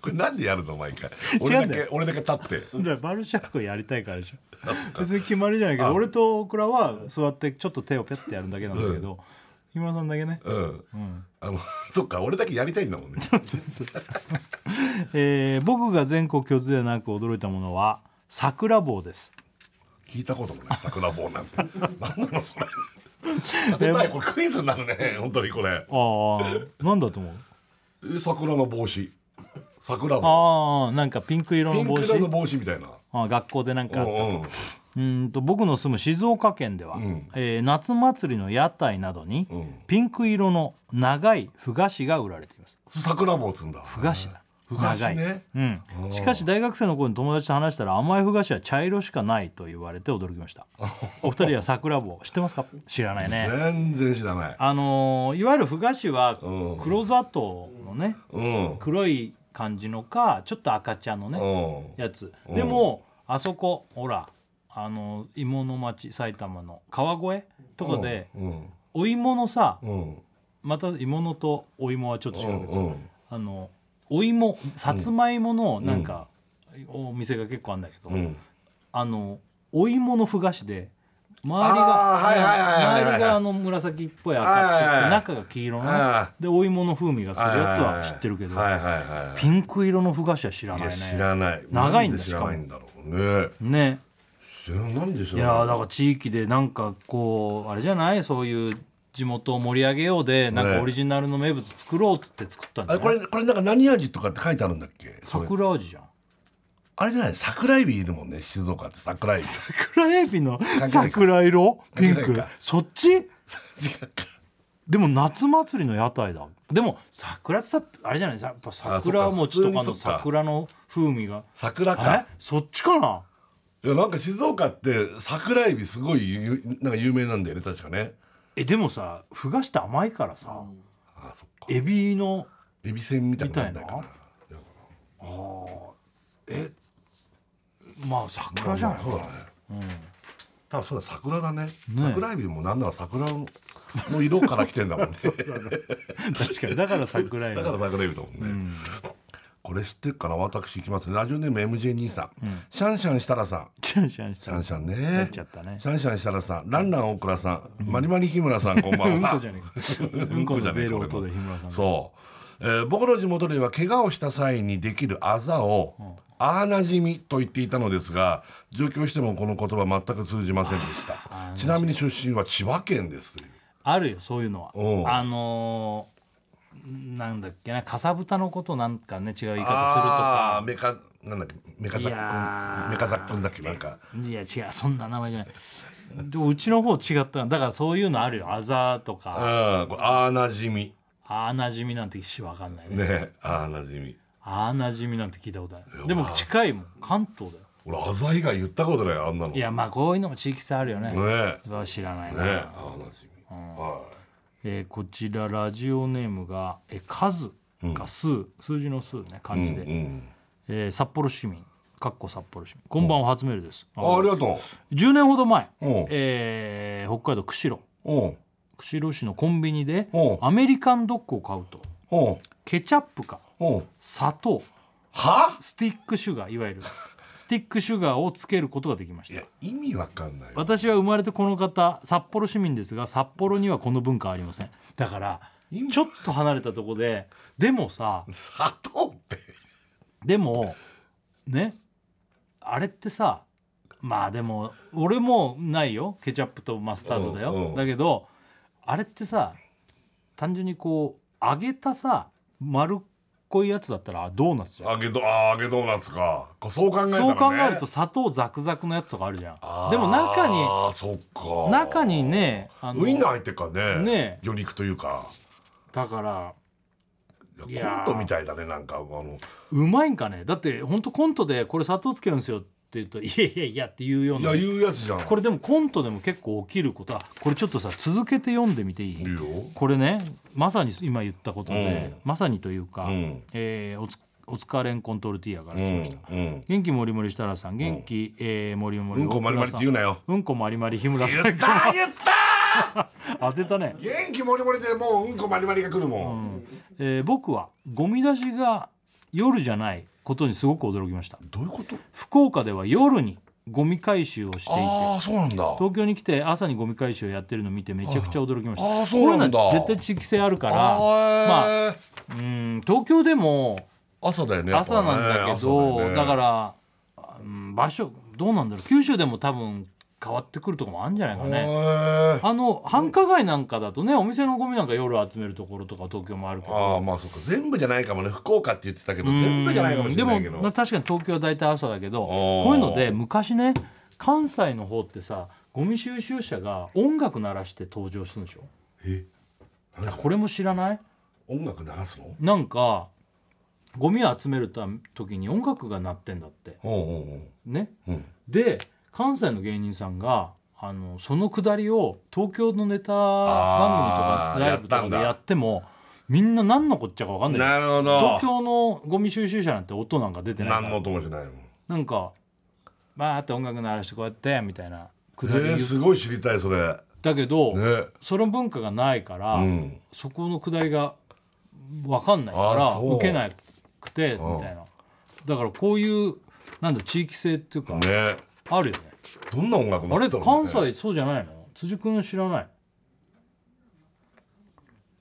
S4: これなんでやるの毎回
S5: 違
S4: 俺
S5: うん
S4: だ
S5: だよ
S4: け俺だけ立って
S5: じゃあバルシャックやりたいからでしょ別に決まりじゃないけど俺と大倉は座ってちょっと手をピャッてやるだけなんだけど、日村さんだけね
S4: うん、あのそっか俺だけやりたいんだもんね
S5: えー僕が全国共通ではなく驚いたものは桜棒です
S4: 聞いたこともない桜棒なん て何なのそれ当てたいこれクイズになるね本当にこれ
S5: ああなんだと思う
S4: え桜の帽子桜棒
S5: ああなんかピンク色
S4: ピ
S5: の
S4: ン
S5: 帽
S4: ク
S5: 子
S4: 色の帽子みたいな
S5: あー学校でなん
S4: う
S5: かあった
S4: んうん
S5: うーんと僕の住む静岡県では、
S4: ん
S5: えー夏祭りの屋台などに、
S4: ん
S5: ピンク色の長いふ菓子が売られています
S4: 桜棒つんだ
S5: ふ菓子だ
S4: ふ菓子ね
S5: 長いうん、しかし大学生の頃に友達と話したら甘いふ菓子は茶色しかないと言われて驚き ましたお二人は桜棒知ってますか知らないね
S4: 全然知らない
S5: あのーいわゆるふ菓子は
S4: うん
S5: 黒砂糖のね、
S4: うんうん
S5: 黒い感じのかちょっと赤茶のね、やつ
S4: うん
S5: でもあそこほらあの芋の町埼玉の川越とかで
S4: うん
S5: お芋のさ
S4: うん
S5: また芋のとお芋はちょっと
S4: う
S5: 違うんけ
S4: う
S5: ど
S4: ん
S5: あのお芋さつまいものなんかお店が結構あるんだけど
S4: うん
S5: あのお芋のふ菓子で周り
S4: あーはいはいはいはいはい
S5: が周りがあの紫っぽい赤
S4: はいはいは
S5: くて
S4: い
S5: 中が黄色のね
S4: あ
S5: でお芋の風味がするやつは知ってるけど
S4: はいはいはい
S5: ピンク色のふ菓子は知ら
S4: いや
S5: ない
S4: 知
S5: ね
S4: らない
S5: 長いんだ
S4: なんで知らないんだろうね
S5: ね
S4: 知らなんで知
S5: いや
S4: ら
S5: ーだ
S4: ない
S5: から地域でなんかこうあれじゃないそういう地元を盛り上げようでなんか
S4: ね
S5: オリジナルの名物作ろうっつって作ったんじ
S4: あ
S5: ゃ
S4: れ
S5: な
S4: こ
S5: い、
S4: れこれなんか何味とかって書いてあるんだっけそれ
S5: 桜味じゃん
S4: あれじゃない桜エビいるもんね静岡って桜エ ビ
S5: 桜エビの
S4: か
S5: 桜色ピン
S4: 関係
S5: ク
S4: ないか
S5: そっちでも夏祭りの屋台だでも桜ってさあれじゃないやっぱ桜餅とか
S4: あそっか普通
S5: の
S4: にそっか
S5: 桜の風味が
S4: 桜
S5: え
S4: か
S5: そっちかない
S4: やなんか静岡って桜エビすごいゆなんか有名なんだよね確かね
S5: えでもさふがして甘いからさ
S4: あそっか
S5: エビの
S4: エビせんみたいなのんだよ
S5: みまあ桜
S4: な
S5: じゃない
S4: そうだね多分そうだ桜だね
S5: ね
S4: 桜エビもなんなら桜のの色から来てんだもん ね
S5: 確かにだから桜エビ
S4: だから桜エビだもんね、これ知ってるかな私いきますねラジオネーム MJ 兄さん、シャンシャン設楽さん
S5: シャンシャンし
S4: シ
S5: た
S4: ャンシャン
S5: 入っ
S4: ね
S5: ちゃったね
S4: シャンシャン設楽さんランラン大倉さん、マリマリ日村さんこんば
S5: うんん
S4: は
S5: こじゃねえか。うんこのベール音で日村さん。
S4: そう、えー僕の地元では怪我をした際にできるあざを、ああなじみと言っていたのですが上京してもこの言葉全く通じませんでしたちなみに出身は千葉県ですという
S5: あるよそういうのは
S4: おう。
S5: あのーなんだっけなかさぶたのことなんかね違う言い
S4: ああ
S5: 方
S4: メカなんだっけメカザ
S5: いや
S4: ック
S5: ー
S4: ンメカザックンだっけなんか
S5: するとか。いや違うそんな名前じゃない。でうちの方違ったなだからそういうのあるよあざとか
S4: うんこれああなじみ
S5: あなじみなんてしわかんないね。
S4: ねああなじみ
S5: あなじみなんて聞いたことない。でも近いもん関東だよ。
S4: 俺あざ以外言ったことないあんなの
S5: いやまあこういうのも地域差あるよね。
S4: ねね
S5: それは知らないな。
S4: ああなじみ、は
S5: えーこちらラジオネームが「えー数」が数、数字の数ね漢字で、
S4: い、うん、
S5: えー札幌市民かっこ札幌市民こんばんは初メールです、
S4: あありがと
S5: 10年ほど前、
S4: うん
S5: えー北海道釧路
S4: ううん
S5: 釧路市のコンビニで
S4: うん
S5: アメリカンドッグを買うと
S4: うん
S5: ケチャップか
S4: うん
S5: 砂糖
S4: は
S5: スティックシュガーいわゆるスティックシュガーをつけることができまし
S4: い
S5: た
S4: や意味わかんないよ
S5: 私は生まれてこの方札幌市民ですが札幌にはこの文化はありませんだから
S4: 今
S5: ちょっと離れたとこででもさ
S4: 砂糖って
S5: でもねあれってさまあでも俺もないよケチャップとマスタードだよ、
S4: うんうん
S5: だけどあれってさ単純にこう揚げたさ丸っこいやつだったらドーナツじゃん
S4: 揚げどあー揚げドーナツかこうそう考えたら、ね、
S5: そう考えると砂糖ザクザクのやつとかあるじゃ
S4: あ
S5: ん
S4: ー
S5: でも中に
S4: そっか
S5: 中にねあの
S4: ウインナー入ってっからね
S5: ね
S4: 魚肉というか
S5: だから
S4: い
S5: い
S4: や
S5: やー
S4: コントみたいだねなんかあの
S5: うまいんかねだってほんとコントでこれ砂糖つけるんですよって言うといやいやいやっていうよう
S4: い
S5: な
S4: や言うやつじゃん
S5: これでもコントでも結構起きることあこれちょっとさ続けて読んでみていい
S4: いいよ
S5: これねまさに今言ったことで、
S4: うん
S5: まさにというか、
S4: うん
S5: えーおつおつかれんコントルティアから
S4: う
S5: 来
S4: ん
S5: ました、
S4: うん
S5: 元気もりもり設楽さん元気、えーもりもり
S4: うんこまりまりって言うなよ
S5: うんこまりまり日村さん
S4: 言った言った
S5: 当てたね、
S4: 元気もりもりでもううんこまりまりが来るもん、
S5: えー僕はゴミ出しが夜じゃないことにすごく驚きました
S4: どういうこと
S5: 福岡では夜にゴミ回収をしていて
S4: ああそうなんだ
S5: 東京に来て朝にゴミ回収をやってるのを見てめちゃくちゃ驚きました、
S4: ああそうなんだ
S5: こういうのは絶対地域性あるからまあ
S4: あー、
S5: うん東京でも
S4: まあ、朝だよねやっぱ
S5: 朝
S4: ね
S5: なんだけ
S4: 朝
S5: ど、
S4: よ
S5: だ
S4: ね
S5: から、うん場所どうなんだろう九州でも多分変わってくるとこもあるんじゃないかね
S4: へー
S5: あの繁華街なんかだとねお店のゴミなんか夜集めるところとか東京もあるけど
S4: ああまあそっか全部じゃないかもね福岡って言ってたけど全部じゃないかもしれないけ
S5: で
S4: ど
S5: もな確かに東京は大体朝だけど
S4: ー
S5: こういうので昔ね関西の方ってさゴミ収集車が音楽鳴らして登場するんでしょ
S4: え
S5: あこれも知らない
S4: 音楽鳴らすの
S5: なんかゴミを集めるた時に音楽が鳴ってんだって
S4: おうおう
S5: ね
S4: おううん
S5: で関西の芸人さんがあのそのくだりを東京のネタ番組とか
S4: あー
S5: ライブと
S4: やった
S5: か
S4: ん
S5: で
S4: だ
S5: やってもみんな何のこっちゃか分かんない
S4: なるほど
S5: 東京のゴミ収集車なんて音なんか出てないから
S4: 何の音もしないもん
S5: なんかバーって音楽鳴らしてこうやってみたいなく
S4: え
S5: だり言
S4: ー、
S5: っ
S4: すごい知りたいそれ
S5: たけど、
S4: ね
S5: その文化がないから、
S4: うん
S5: そこのくだりが分かんないか
S4: あ
S5: ら
S4: そう
S5: 受けなくてみ
S4: うん
S5: たいなだからこういうなんだ地域性っていうか、
S4: ね
S5: あるよね
S4: どんな音楽
S5: あ
S4: も
S5: れ関西そうじゃないの辻君知らない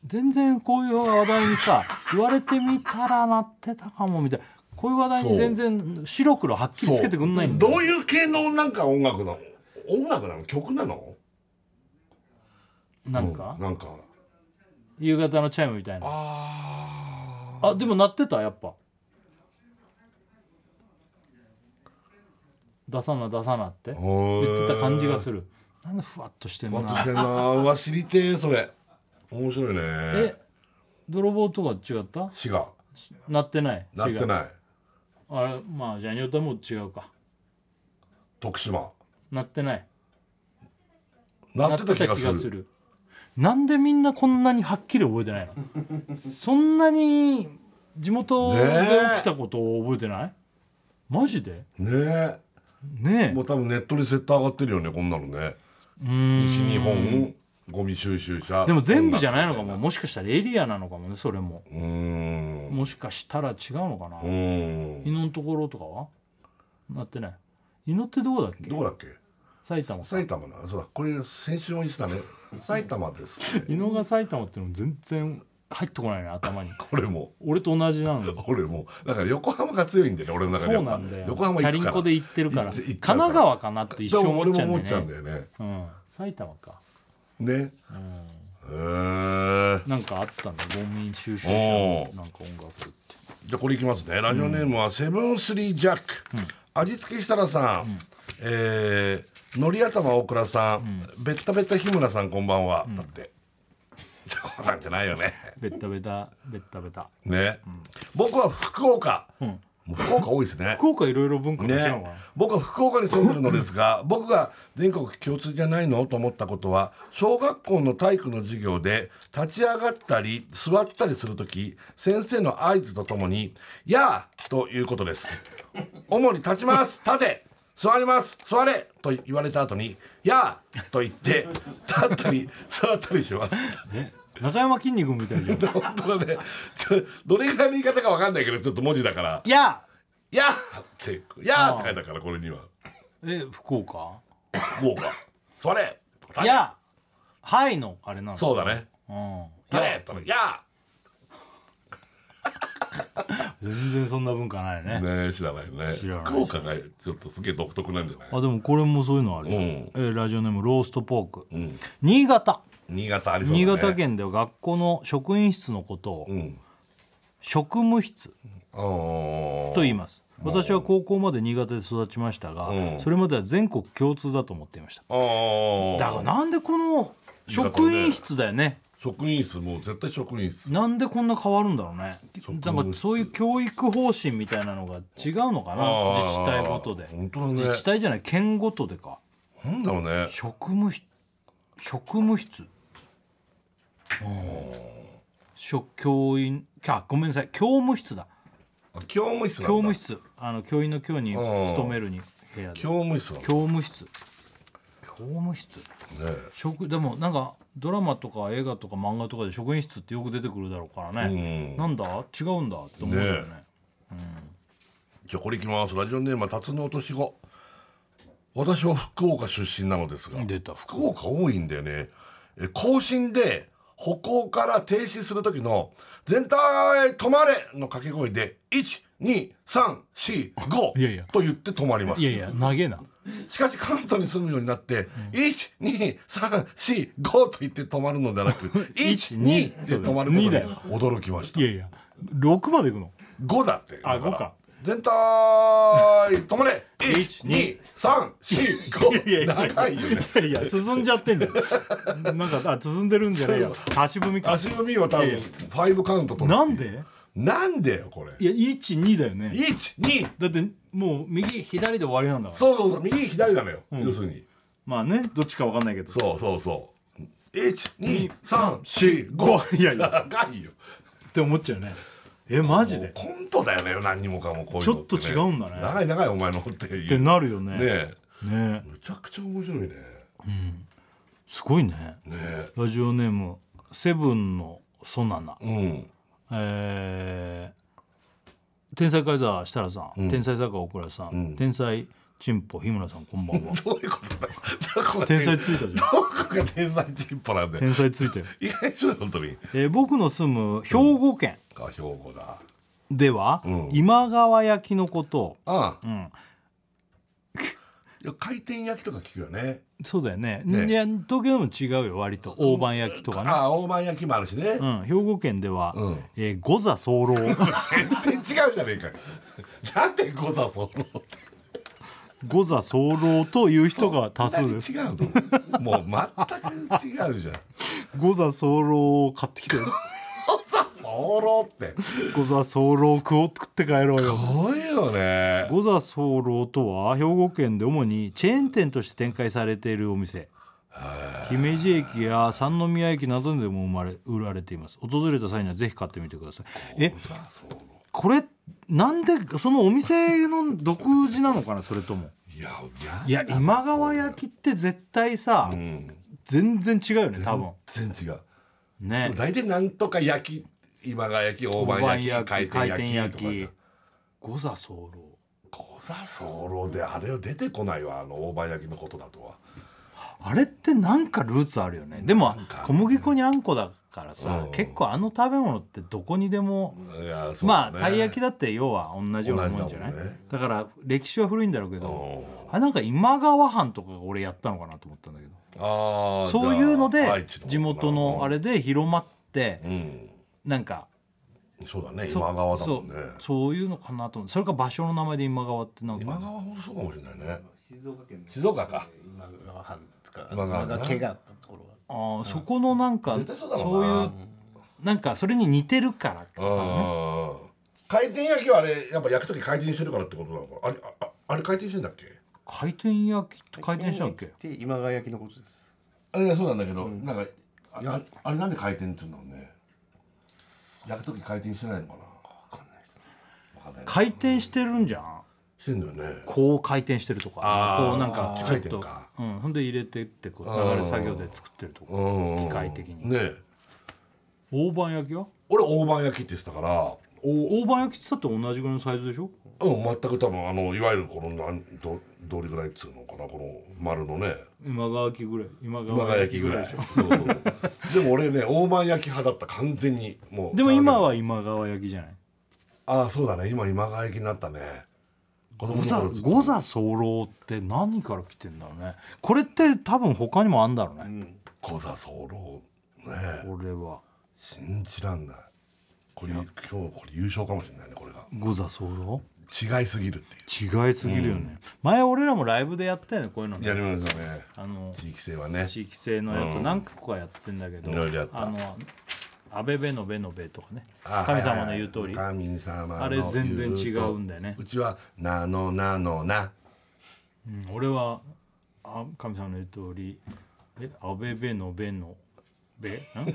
S5: 全然こういう話題にさ言われてみたらなってたかもみたいなこういう話題に全然白黒はっきりつけてくんないんだ
S4: どういう系のなんか音楽の音楽なの曲なの
S5: なんか、
S4: なんか
S5: 夕方のチャイムみたいなあでも鳴ってたやっぱ出さな出さなって
S4: 言
S5: 言ってた感じが
S4: る
S5: するなんでふわっとしてん
S4: わ
S5: な
S4: っとしてんなうわ知りてえそれ面白いね
S5: え泥棒とか違った
S4: 死が
S5: 鳴ってない
S4: なって
S5: 違う
S4: ない
S5: あれまあじゃあニョタも違うか
S4: 徳島
S5: 鳴ってない
S4: なってた気がす
S5: 鳴
S4: る
S5: ってなんでみんなこんなにはっきり覚えてないのそんなに地元で起きたことを覚えてない、マジで
S4: ね
S5: ね
S4: え
S5: え
S4: もう多分ネットにセット上がってるよねこんなのね西日本ゴミ収集車
S5: でも全部じゃないのかももしかしたらエリアなのかもねそれも
S4: うーん
S5: もしかしたら違うのかな
S4: うー
S5: 伊
S4: ん
S5: 野のところとかはなってない伊野ってどこだっけ
S4: どこだっけ
S5: 埼玉
S4: 埼玉なそうだこれ先週も言って たね埼玉ですね
S5: 伊野が埼玉ってのも全然入ってこないね頭に
S4: これも
S5: 俺と同じなの
S4: 俺もだから横浜が強いんだよね俺の中で
S5: そ
S4: や
S5: う
S4: っ
S5: な
S4: ぱ
S5: んだよチ
S4: 横浜行く
S5: ャリン
S4: から
S5: コで行ってるから
S4: 行っちゃう
S5: 神
S4: から
S5: 奈川かなって一生
S4: でも俺
S5: 思っち
S4: も
S5: ゃうん
S4: 思
S5: だよ
S4: っちゃう
S5: ね
S4: んだよね
S5: うん、埼玉か
S4: ねへえ
S5: なんかあったんだゴミ収集
S4: お
S5: 車の
S4: ー
S5: なんか音楽って
S4: じゃあこれいきますねラジオネームはセブンスリージャック、味付け設楽さん、えー、のり頭大倉さん、ベッタベタ日村さんこんばんは、だって そうなんじゃないよね
S5: ベッタベタベッタベタ
S4: ね、僕は福岡、もう福岡多いですね
S5: 福岡いろいろ文化が違うのかな、
S4: ね、僕は福岡に住んでるのですが僕が全国共通じゃないのと思ったことは小学校の体育の授業で立ち上がったり座ったりする時先生の合図とともに「やあ!」ということです。主に立ちます立て座ります座れと言われた後に「やあ!」と言って立ったり座ったりします。
S5: 中山筋肉 みたいじゃん
S4: 本当だねちょどれぐらいの言い方か分かんないけどちょっと文字だから
S5: いや
S4: 「やー!」って「やー!」って書いてあるからこれには
S5: え福岡
S4: 「福岡座れ!」
S5: いやはいのあれなんだ
S4: そうだね
S5: うん
S4: 「座れ!」とか「や
S5: 全然そんな文化ない
S4: ー!」
S5: ね
S4: ねえ知らないよね
S5: 知らない
S4: 福岡がちょっとすげえ独特なんじゃない
S5: あでもこれもそういうのあるよ、
S4: うん
S5: えーラジオネームローストポーク、
S4: うん
S5: 新潟
S4: 新潟ありそうだね
S5: 新潟県では学校の職員室のことを
S4: うん
S5: 職務室
S4: と
S5: と言います私は高校まで新潟で育ちましたが、
S4: うん
S5: それまでは全国共通だと思っていました、
S4: あ
S5: だからなんでこの職員室だよね
S4: 職員室もう絶対職員室
S5: なんでこんな変わるんだろうね
S4: 職務室
S5: なんかそういう教育方針みたいなのが違うのかな
S4: あー
S5: 自治体ごとで、
S4: 本当だね
S5: 自治体じゃない県ごとでか
S4: なんだろうね
S5: 職務室職務室職教員あごめんなさい教務室だ
S4: あ教務室なんだ
S5: 教務室あの教員の教に
S4: ん
S5: 勤めるに部屋で
S4: 教
S5: 教
S4: 務室なんだ
S5: 務室教務室
S4: ね
S5: 職でもなんかドラマとか映画とか漫画とかで職員室ってよく出てくるだろうからね、
S4: うん
S5: なんだ違うんだって思うよね
S4: ねじゃあこれいきますラジオネームは辰野年子私は福岡出身なのですが
S5: 出た
S4: 福岡多いんだよねえ更新で歩行から停止する時の「全体止まれ!」の掛け声で12345
S5: いやいや
S4: と言って止まります
S5: いやいや長えな
S4: しかし関東に住むようになって、12345と言って止まるのではな く12で止まることに
S5: そうだよ二
S4: 驚きました
S5: いやいや6までいくの
S4: 5だって
S5: あ
S4: だら
S5: 5か
S4: 全体止ま れ
S5: 一二
S4: 12345長いよね
S5: いや進んじゃってんだよなんかあ進んでるんじゃないよ足踏みか
S4: 足踏みは多分5カウント取る
S5: なんで
S4: なんでよこれ
S5: いや12だよね
S4: 12
S5: だってもう右左で終わりなんだから
S4: そうそうそう右左なのよ、要するに
S5: まあねどっちかわかんないけど
S4: そうそうそう12345
S5: いやいや
S4: 長いよ
S5: って思っちゃうねえマジで
S4: コントだよね何にもかもこういうのてね
S5: ちょっと違うんだね
S4: 長い長いお前のって
S5: っ
S4: い
S5: て
S4: うね
S5: なるよね
S4: え
S5: ね
S4: むちゃくちゃ面白いね
S5: すごいねラジオネームセブンのソナナ、
S4: うん
S5: えー天才カイザー設楽さん、天才坂大倉さん、天才チンポ日村さんこんばんは
S4: どういうことだよどこが
S5: 天才ついたじゃん
S4: どこが天才チンポなんだよ
S5: 天才ついたよ、
S4: 意外にしろよ本当に
S5: えー僕の住む兵庫県
S4: あ兵庫だ
S5: では、
S4: ん
S5: 今川焼きのことを
S4: ああ
S5: ん
S4: いや回転焼きとか聞くよね
S5: そうだよね
S4: ね
S5: いや東京でも違うよ割と大判焼きとかね
S4: ああ大判焼きもあるしね
S5: うん、兵庫県では、
S4: うん
S5: えー、五座候
S4: 全然違うじゃねえかよなんで五座その
S5: 五座候という人が多数です
S4: 違うのもう全く違うじゃん
S5: 五座候を買ってきて
S4: 五座そろって
S5: 五座候区を作って帰ろうよ
S4: 怖いよね
S5: 五座候とは兵庫県で主にチェーン店として展開されているお店姫路駅や三宮駅などでも生まれ売られています訪れた際にはぜひ買ってみてくださいえこれなんでそのお店の独自なのかなそれとも
S4: いや
S5: いや今川焼きって絶対さ、全然違うよね多分
S4: 全然違うで
S5: ね
S4: も大体なんとか焼き今川焼き大判焼き回転焼きとかじゃん
S5: 五座候
S4: 小座候であれは出てこないわあの大判焼きのことだとは
S5: あれってなんかルーツあるよねでも小麦粉にあんこだからさ、
S4: うん
S5: 結構あの食べ物ってどこにでも、
S4: いやそう
S5: ま
S4: だね
S5: あたい焼きだって要は同じようなもんじゃない
S4: 同じ
S5: だ,、
S4: だもんね
S5: から歴史は古いんだろうけど
S4: う
S5: あなんか今川藩とかが俺やったのかなと思ったんだけど
S4: あー
S5: そういうの
S4: じゃあ
S5: で
S4: 愛知
S5: 地元のあれで広まって
S4: うん
S5: なんか
S4: そうだね
S5: そ
S4: 今川だもんね
S5: そうそういうのかなと思うそれか場所の名前で今川ってなんか
S4: 今川ほどそうかもしれないね
S6: 静岡県の
S4: 静岡か
S6: 今川藩ですか
S4: 今川ね
S6: が怪我あったところが
S5: あーそこのなんか
S4: 絶対そうだろ
S5: そう
S4: う
S5: い
S4: な
S5: うなんかそれに似てるから
S4: うんうんうん回転焼きはあれやっぱ焼く時回転してるからってことなのかなあれああれ回転してんだっけ
S5: 回転焼きって回転したっけ
S6: で今川焼きのことです
S4: ええそうなんだけど、なんかあああれなんで回転って言うんだろうね焼く時回転してないのかな
S6: わかんないですね
S4: 分かんないな
S5: 回転してるんじゃん
S4: してんだよね
S5: こう回転してるとか
S4: あー
S5: こうなんか
S4: あー
S5: ちょっ
S4: 回転
S5: と
S4: か、
S5: うん、ほんで入れてってこう流れ作業で作ってるとか
S4: うんうんうん
S5: 機械的に
S4: ねえ
S5: 大判焼きは
S4: 俺大判焼きって言ってたからお
S5: 大判焼きってさって同じぐらいのサイズでしょ
S4: うん全く多分あのいわゆるこのなんどどれぐらいっつうのかなこの丸のね
S5: 今川焼きぐらい今
S4: 馬が焼きぐらいそうそうそうでも俺ね大判焼き派だった完全にもう
S5: でも今は今川焼きじゃない
S4: ああそうだね今今川焼きになったね子供
S5: 五
S4: の
S5: 座
S4: 頃ずっと
S5: 五座候って何から来てんだろうねこれって多分他にもあんだろうね、
S4: 小座候ね
S5: これは
S4: 信じらんないこれ今日これ優勝かもしれないねこれ
S5: 五座候
S4: が違いすぎるっていう
S5: 違いすぎるよね、前俺らもライブでやったよねこういうのね
S4: やりましたね
S5: あの
S4: 地域性はね
S5: 地域性のやつ何個かやってんだけど、
S4: いろいろやった
S5: あの安倍べのべのべとかね
S4: あ
S5: 神様の言う通り、
S4: はいはい神様の
S5: あれ全然違うんだよね
S4: うちは「なのなのな
S5: うん俺はあ神様の言う通りえ安倍べのべのべん安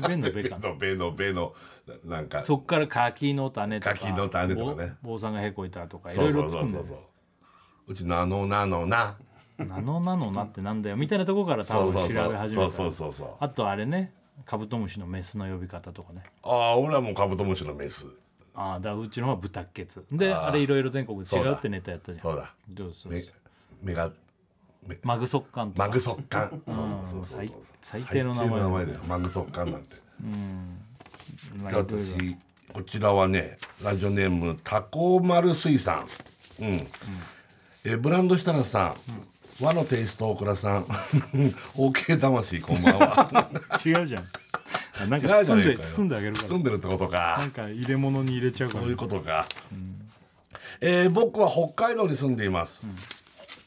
S5: 倍べの」べかな
S4: のべのべのななんか
S5: そっから柿の種とか
S4: 柿の種とかね
S5: 坊坊さんがへこいたとかい
S4: そ
S5: ろ
S4: う
S5: い
S4: そ
S5: ろ
S4: う
S5: つ
S4: そ
S5: く
S4: うんそうそう
S5: だよね
S4: うち「なのなのな
S5: なのなのなってなんだよみたいなところから」多
S4: そうそ
S5: 分
S4: う
S5: 調べ始めた
S4: そうそうそうそうそう
S5: あとあれねカブトムシのメスの呼び方とかね
S4: ああ俺はもうカブトムシのメス
S5: ああだからうちのはブタッケツであれいろいろ全国で違うってネタやったじゃん
S4: そうだ
S5: どうぞ
S4: め目が
S5: マグ速乾とか
S4: マグ速乾そうそうそうそう
S5: 最最低の名前
S4: 最低の名前だよマグ速乾なんて
S5: まあ
S4: で私こちらはねラジオネームタコ丸水産うん、えブランド設楽さん、和のテイスト大倉さん OK 魂こんばん は
S5: 違うじゃんあ なんか
S4: 違うじゃ
S5: 包ん
S4: ねえ
S5: で
S4: かよ
S5: 包んであげるか
S4: 住んでるってことから
S5: なんか入れ物に入れちゃうか
S4: そ
S5: ら
S4: ういうことか、えー僕は北海道に住んでいます、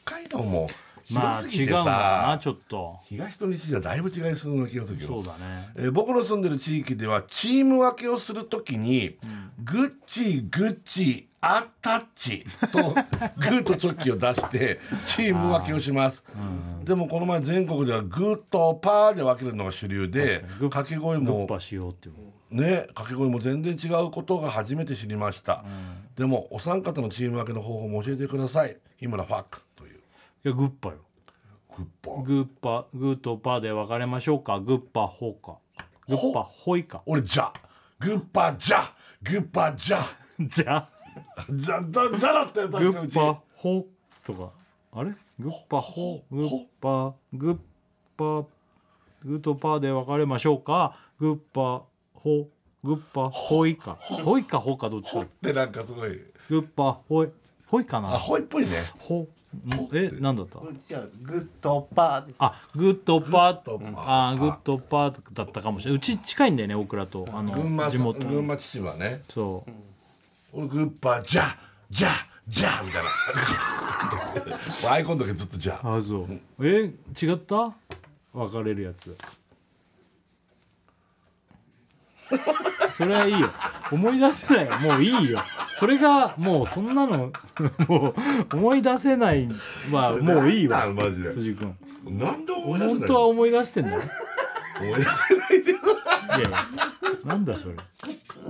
S4: 北海道も
S5: まあ
S4: 広すぎ
S5: 違うん
S4: て
S5: だ
S4: さ、
S5: よなちょっと
S4: 東と西じゃだいぶ違いするな気がするけど
S5: そうだね
S4: えー僕の住んでる地域ではチーム分けをするときに、グッチーグッチーアタッチとグーとチョキを出してチーム分けをします、でもこの前全国ではグーとパーで分けるのが主流で
S5: グッ
S4: 掛け声
S5: グッ
S4: も
S5: パしようっていうの
S4: ね掛け声も全然違うことが初めて知りました、でもお三方のチーム分けの方法も教えてください日村ファックという
S5: いやグッパよ
S4: グッパー
S5: グッパグーとパーで分かれましょうかグッパホーかグッパホイか
S4: 俺じゃグッパーじゃグッパーじゃ
S5: じゃ
S4: じゃだじゃだったよ
S5: あ
S4: 確
S5: グ
S4: かう
S5: ッ
S4: ち
S5: パホとかあれグッパホグッパグッパグーとパーで分かれましょうかグッパホグッパホイかホイかホかどっち
S4: ほ
S5: か
S4: ってなんかすごい
S5: グッパホイホイか
S4: ア
S5: な
S4: ホイっぽいね
S5: ホえなんだった
S6: これじゃあグッドパーで
S5: あグッドパー
S4: グッドパー
S5: あーグッドパーだったかもしれないうち近いんだよね大倉とあの
S4: 群馬
S5: 地
S4: さ
S5: 元
S4: 群馬秩父はね
S5: そう
S4: 俺グッパじゃじゃじゃみたいな俺アイコンだけずっとじゃ
S5: あそうえ違った別れるやつそれはいいよ思い出せないよもういいよそれがもうそんなのもう思い出せないはもういいわ
S4: あマジで
S5: 辻君
S4: なんで思い出せ
S5: 本
S4: ない
S5: 当は
S4: の
S5: 思い出してんだよい
S4: 思い出せないで
S5: やいやなんだそれ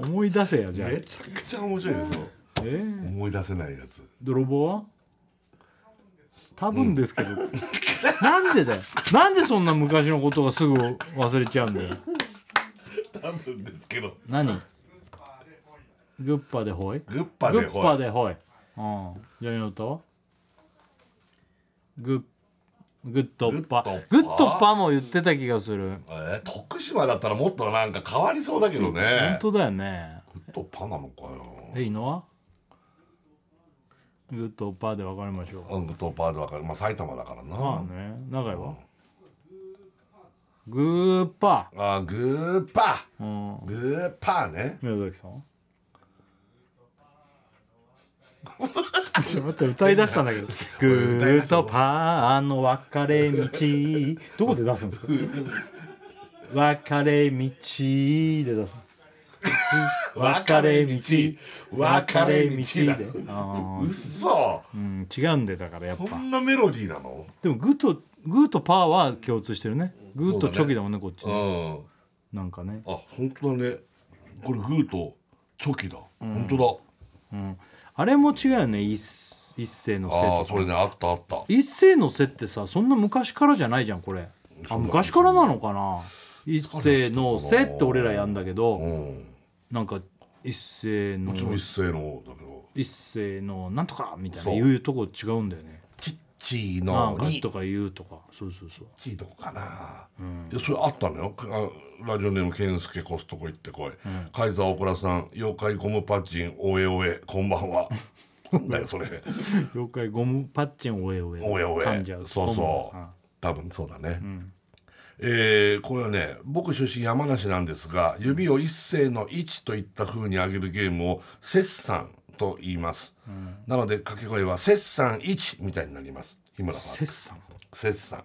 S5: 思い出せやじゃあ
S4: めちゃくちゃ面白いねそう
S5: えー
S4: 思い出せないやつ
S5: 泥棒は多分ですけど、なんでだよなんでそんな昔のことがすぐ忘れちゃうんだよ
S4: 多分ですけど
S5: 何グッパでホイ
S4: グッパ
S5: グ
S4: で
S5: ッ
S4: ほ
S5: パ
S4: ら
S5: でホイうんじゃあとグッグッドッパグ
S4: グ
S5: ッ
S4: ッドッパ
S5: ドッパも言ってた気がする
S4: えー徳島だったらもっとなんか変わりそうだけど
S5: 本
S4: ね
S5: 当だよね
S4: グッドパなのかよ
S5: えいいのはグッドッパで分かりましょう
S4: うんグッドパでわかるまあ埼玉だから
S5: ま
S4: な
S5: あね長いわグーパ
S4: あグッパ
S5: ーうん
S4: グッパね
S5: 宮崎さん ちょっと待って歌い出したんだ けど「グーとパーの別れ道」 どこで出すんですか別れ道で出す別れ道
S4: 分かれ道だ
S5: で あ
S4: うっそ
S5: ーうん違うんでだからやっ
S4: こ
S5: ぱ
S4: んなメロディーなの
S5: でもグーとグーとパーは共通してるねグーとチョキだもんねこっち
S4: う
S5: ね
S4: ん
S5: なんかね
S4: あ本当だねこれグーとチョキだ、本当
S5: あれも違うよね一一世の
S4: だ
S5: せいと
S4: ああ
S5: か
S4: それねあったあった
S5: 一世の瀬ってさそんな昔からじゃないじゃんこれあ昔からなのかな一世の瀬って俺らやんだけど
S4: うん
S5: なんか一斉の
S4: うちも一斉のだけど
S5: 一斉のなんとかみたいな
S4: そう
S5: いうとこ違うんだよね
S4: ちっちー
S5: あ
S4: の
S5: ガ
S4: に
S5: とか言うとかそうそうそう
S4: ちいとこかな、いやそれあったのよくあラジオネーム健介コストコ行ってこい、カイザー大倉さん妖怪ゴムパッチンおえおえこんばんはなんだよそれ
S5: 妖怪ゴムパッチンおえおえ
S4: おえお
S5: 噛
S4: え
S5: んじゃう
S4: そうそう
S5: あ
S4: 多分そうだね、えーこれはね僕出身山梨なんですが指を一斉の1といった風に上げるゲームを「切算」と言います、なので掛け声は「切算1」みたいになります日村さん
S5: 切磋
S4: 切算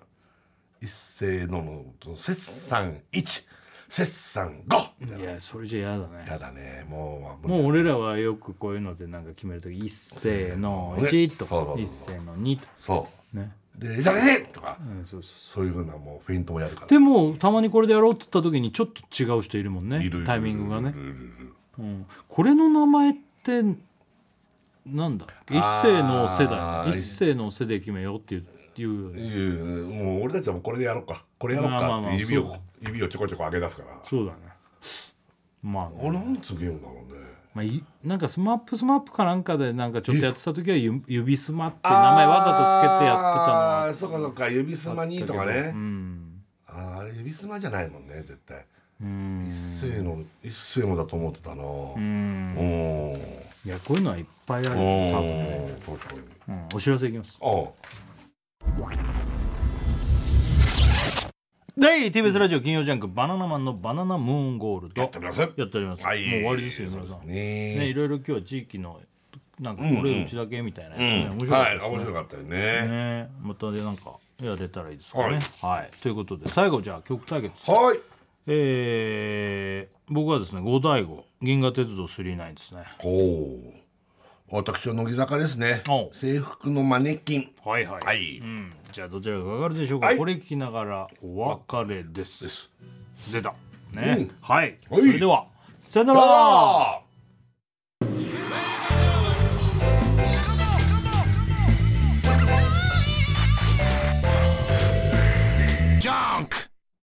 S4: 一斉ののと切算1切算5みたい
S5: い
S4: な
S5: やそれじゃ嫌だね
S4: やだねもう
S5: もう俺らはよくこういうのでなんか決めるとき一斉の
S4: ね
S5: 1と
S4: そうそう
S5: か
S4: そう
S5: 一斉の2とか
S4: そ
S5: ね
S4: うで「じゃねえ!」とか
S5: うんそうそ
S4: そ
S5: うそう
S4: ういうふうなもうフェイントもやるから
S5: でもたまにこれでやろうっつった時にちょっと違う人いるもんね
S4: いるいる
S5: タイミングがね
S4: い、るいるいる
S5: うん、これの名前ってなんだっけ一
S4: あー
S5: 世の世代一世の世で決めようっていういうよね
S4: いやもう俺たちはもうこれでやろうかこれやろう
S5: まあま
S4: か
S5: あ
S4: っ
S5: まあ
S4: て指を、
S5: そう
S4: 指をちょこちょこ上げ出すから
S5: そうだねまあね、
S4: あれなんつうゲームなのね
S5: まあ、いなんかスマップスマップかなんかでなんかちょっとやってた時はゆ指スマって名前わざとつけてやってたのは
S4: あーそっかそっか指すまにとかね、
S5: うん
S4: あーあれ指すまじゃないもんね絶対
S5: うん
S4: 一斉の一斉のだと思ってたなう
S5: うん
S4: うん
S5: んいやこういうのはいっぱいある多分ね、
S4: 確かに
S5: うん、お知らせいきます
S4: あ
S5: 第 TBS ラジオ金曜ジャンク「バナナマンのバナナムーンゴールド」
S4: やってみます
S5: やっております、
S4: はい
S5: もう終わりですよ皆さ
S4: そうんで
S5: ね
S4: す
S5: い
S4: ね
S5: ろいろ今日は地域のなんか
S4: うんうん
S5: これうちだけみたいなやつ
S4: う
S5: ね、
S4: ん
S5: 面白かっ
S4: は
S5: た
S4: い
S5: ですね,、
S4: 面白かったよね
S5: ねまたねなんかやれたらいいですか
S4: は
S5: ね
S4: い
S5: はい、ということで最後じゃあ曲対決
S4: はい
S5: えー、僕はですね五大五銀河鉄道999ですね
S4: おお私は乃木坂ですね
S5: お
S4: 制服のマネキン
S5: はいはい、
S4: はい
S5: うん、じゃあどちらがかかるでしょうか、
S4: はい
S5: これ聞きながらお別れです
S4: です
S5: 出たね、
S4: うん
S5: は
S4: は
S5: い、
S4: い
S5: それではさよな
S4: どう
S5: ら
S4: も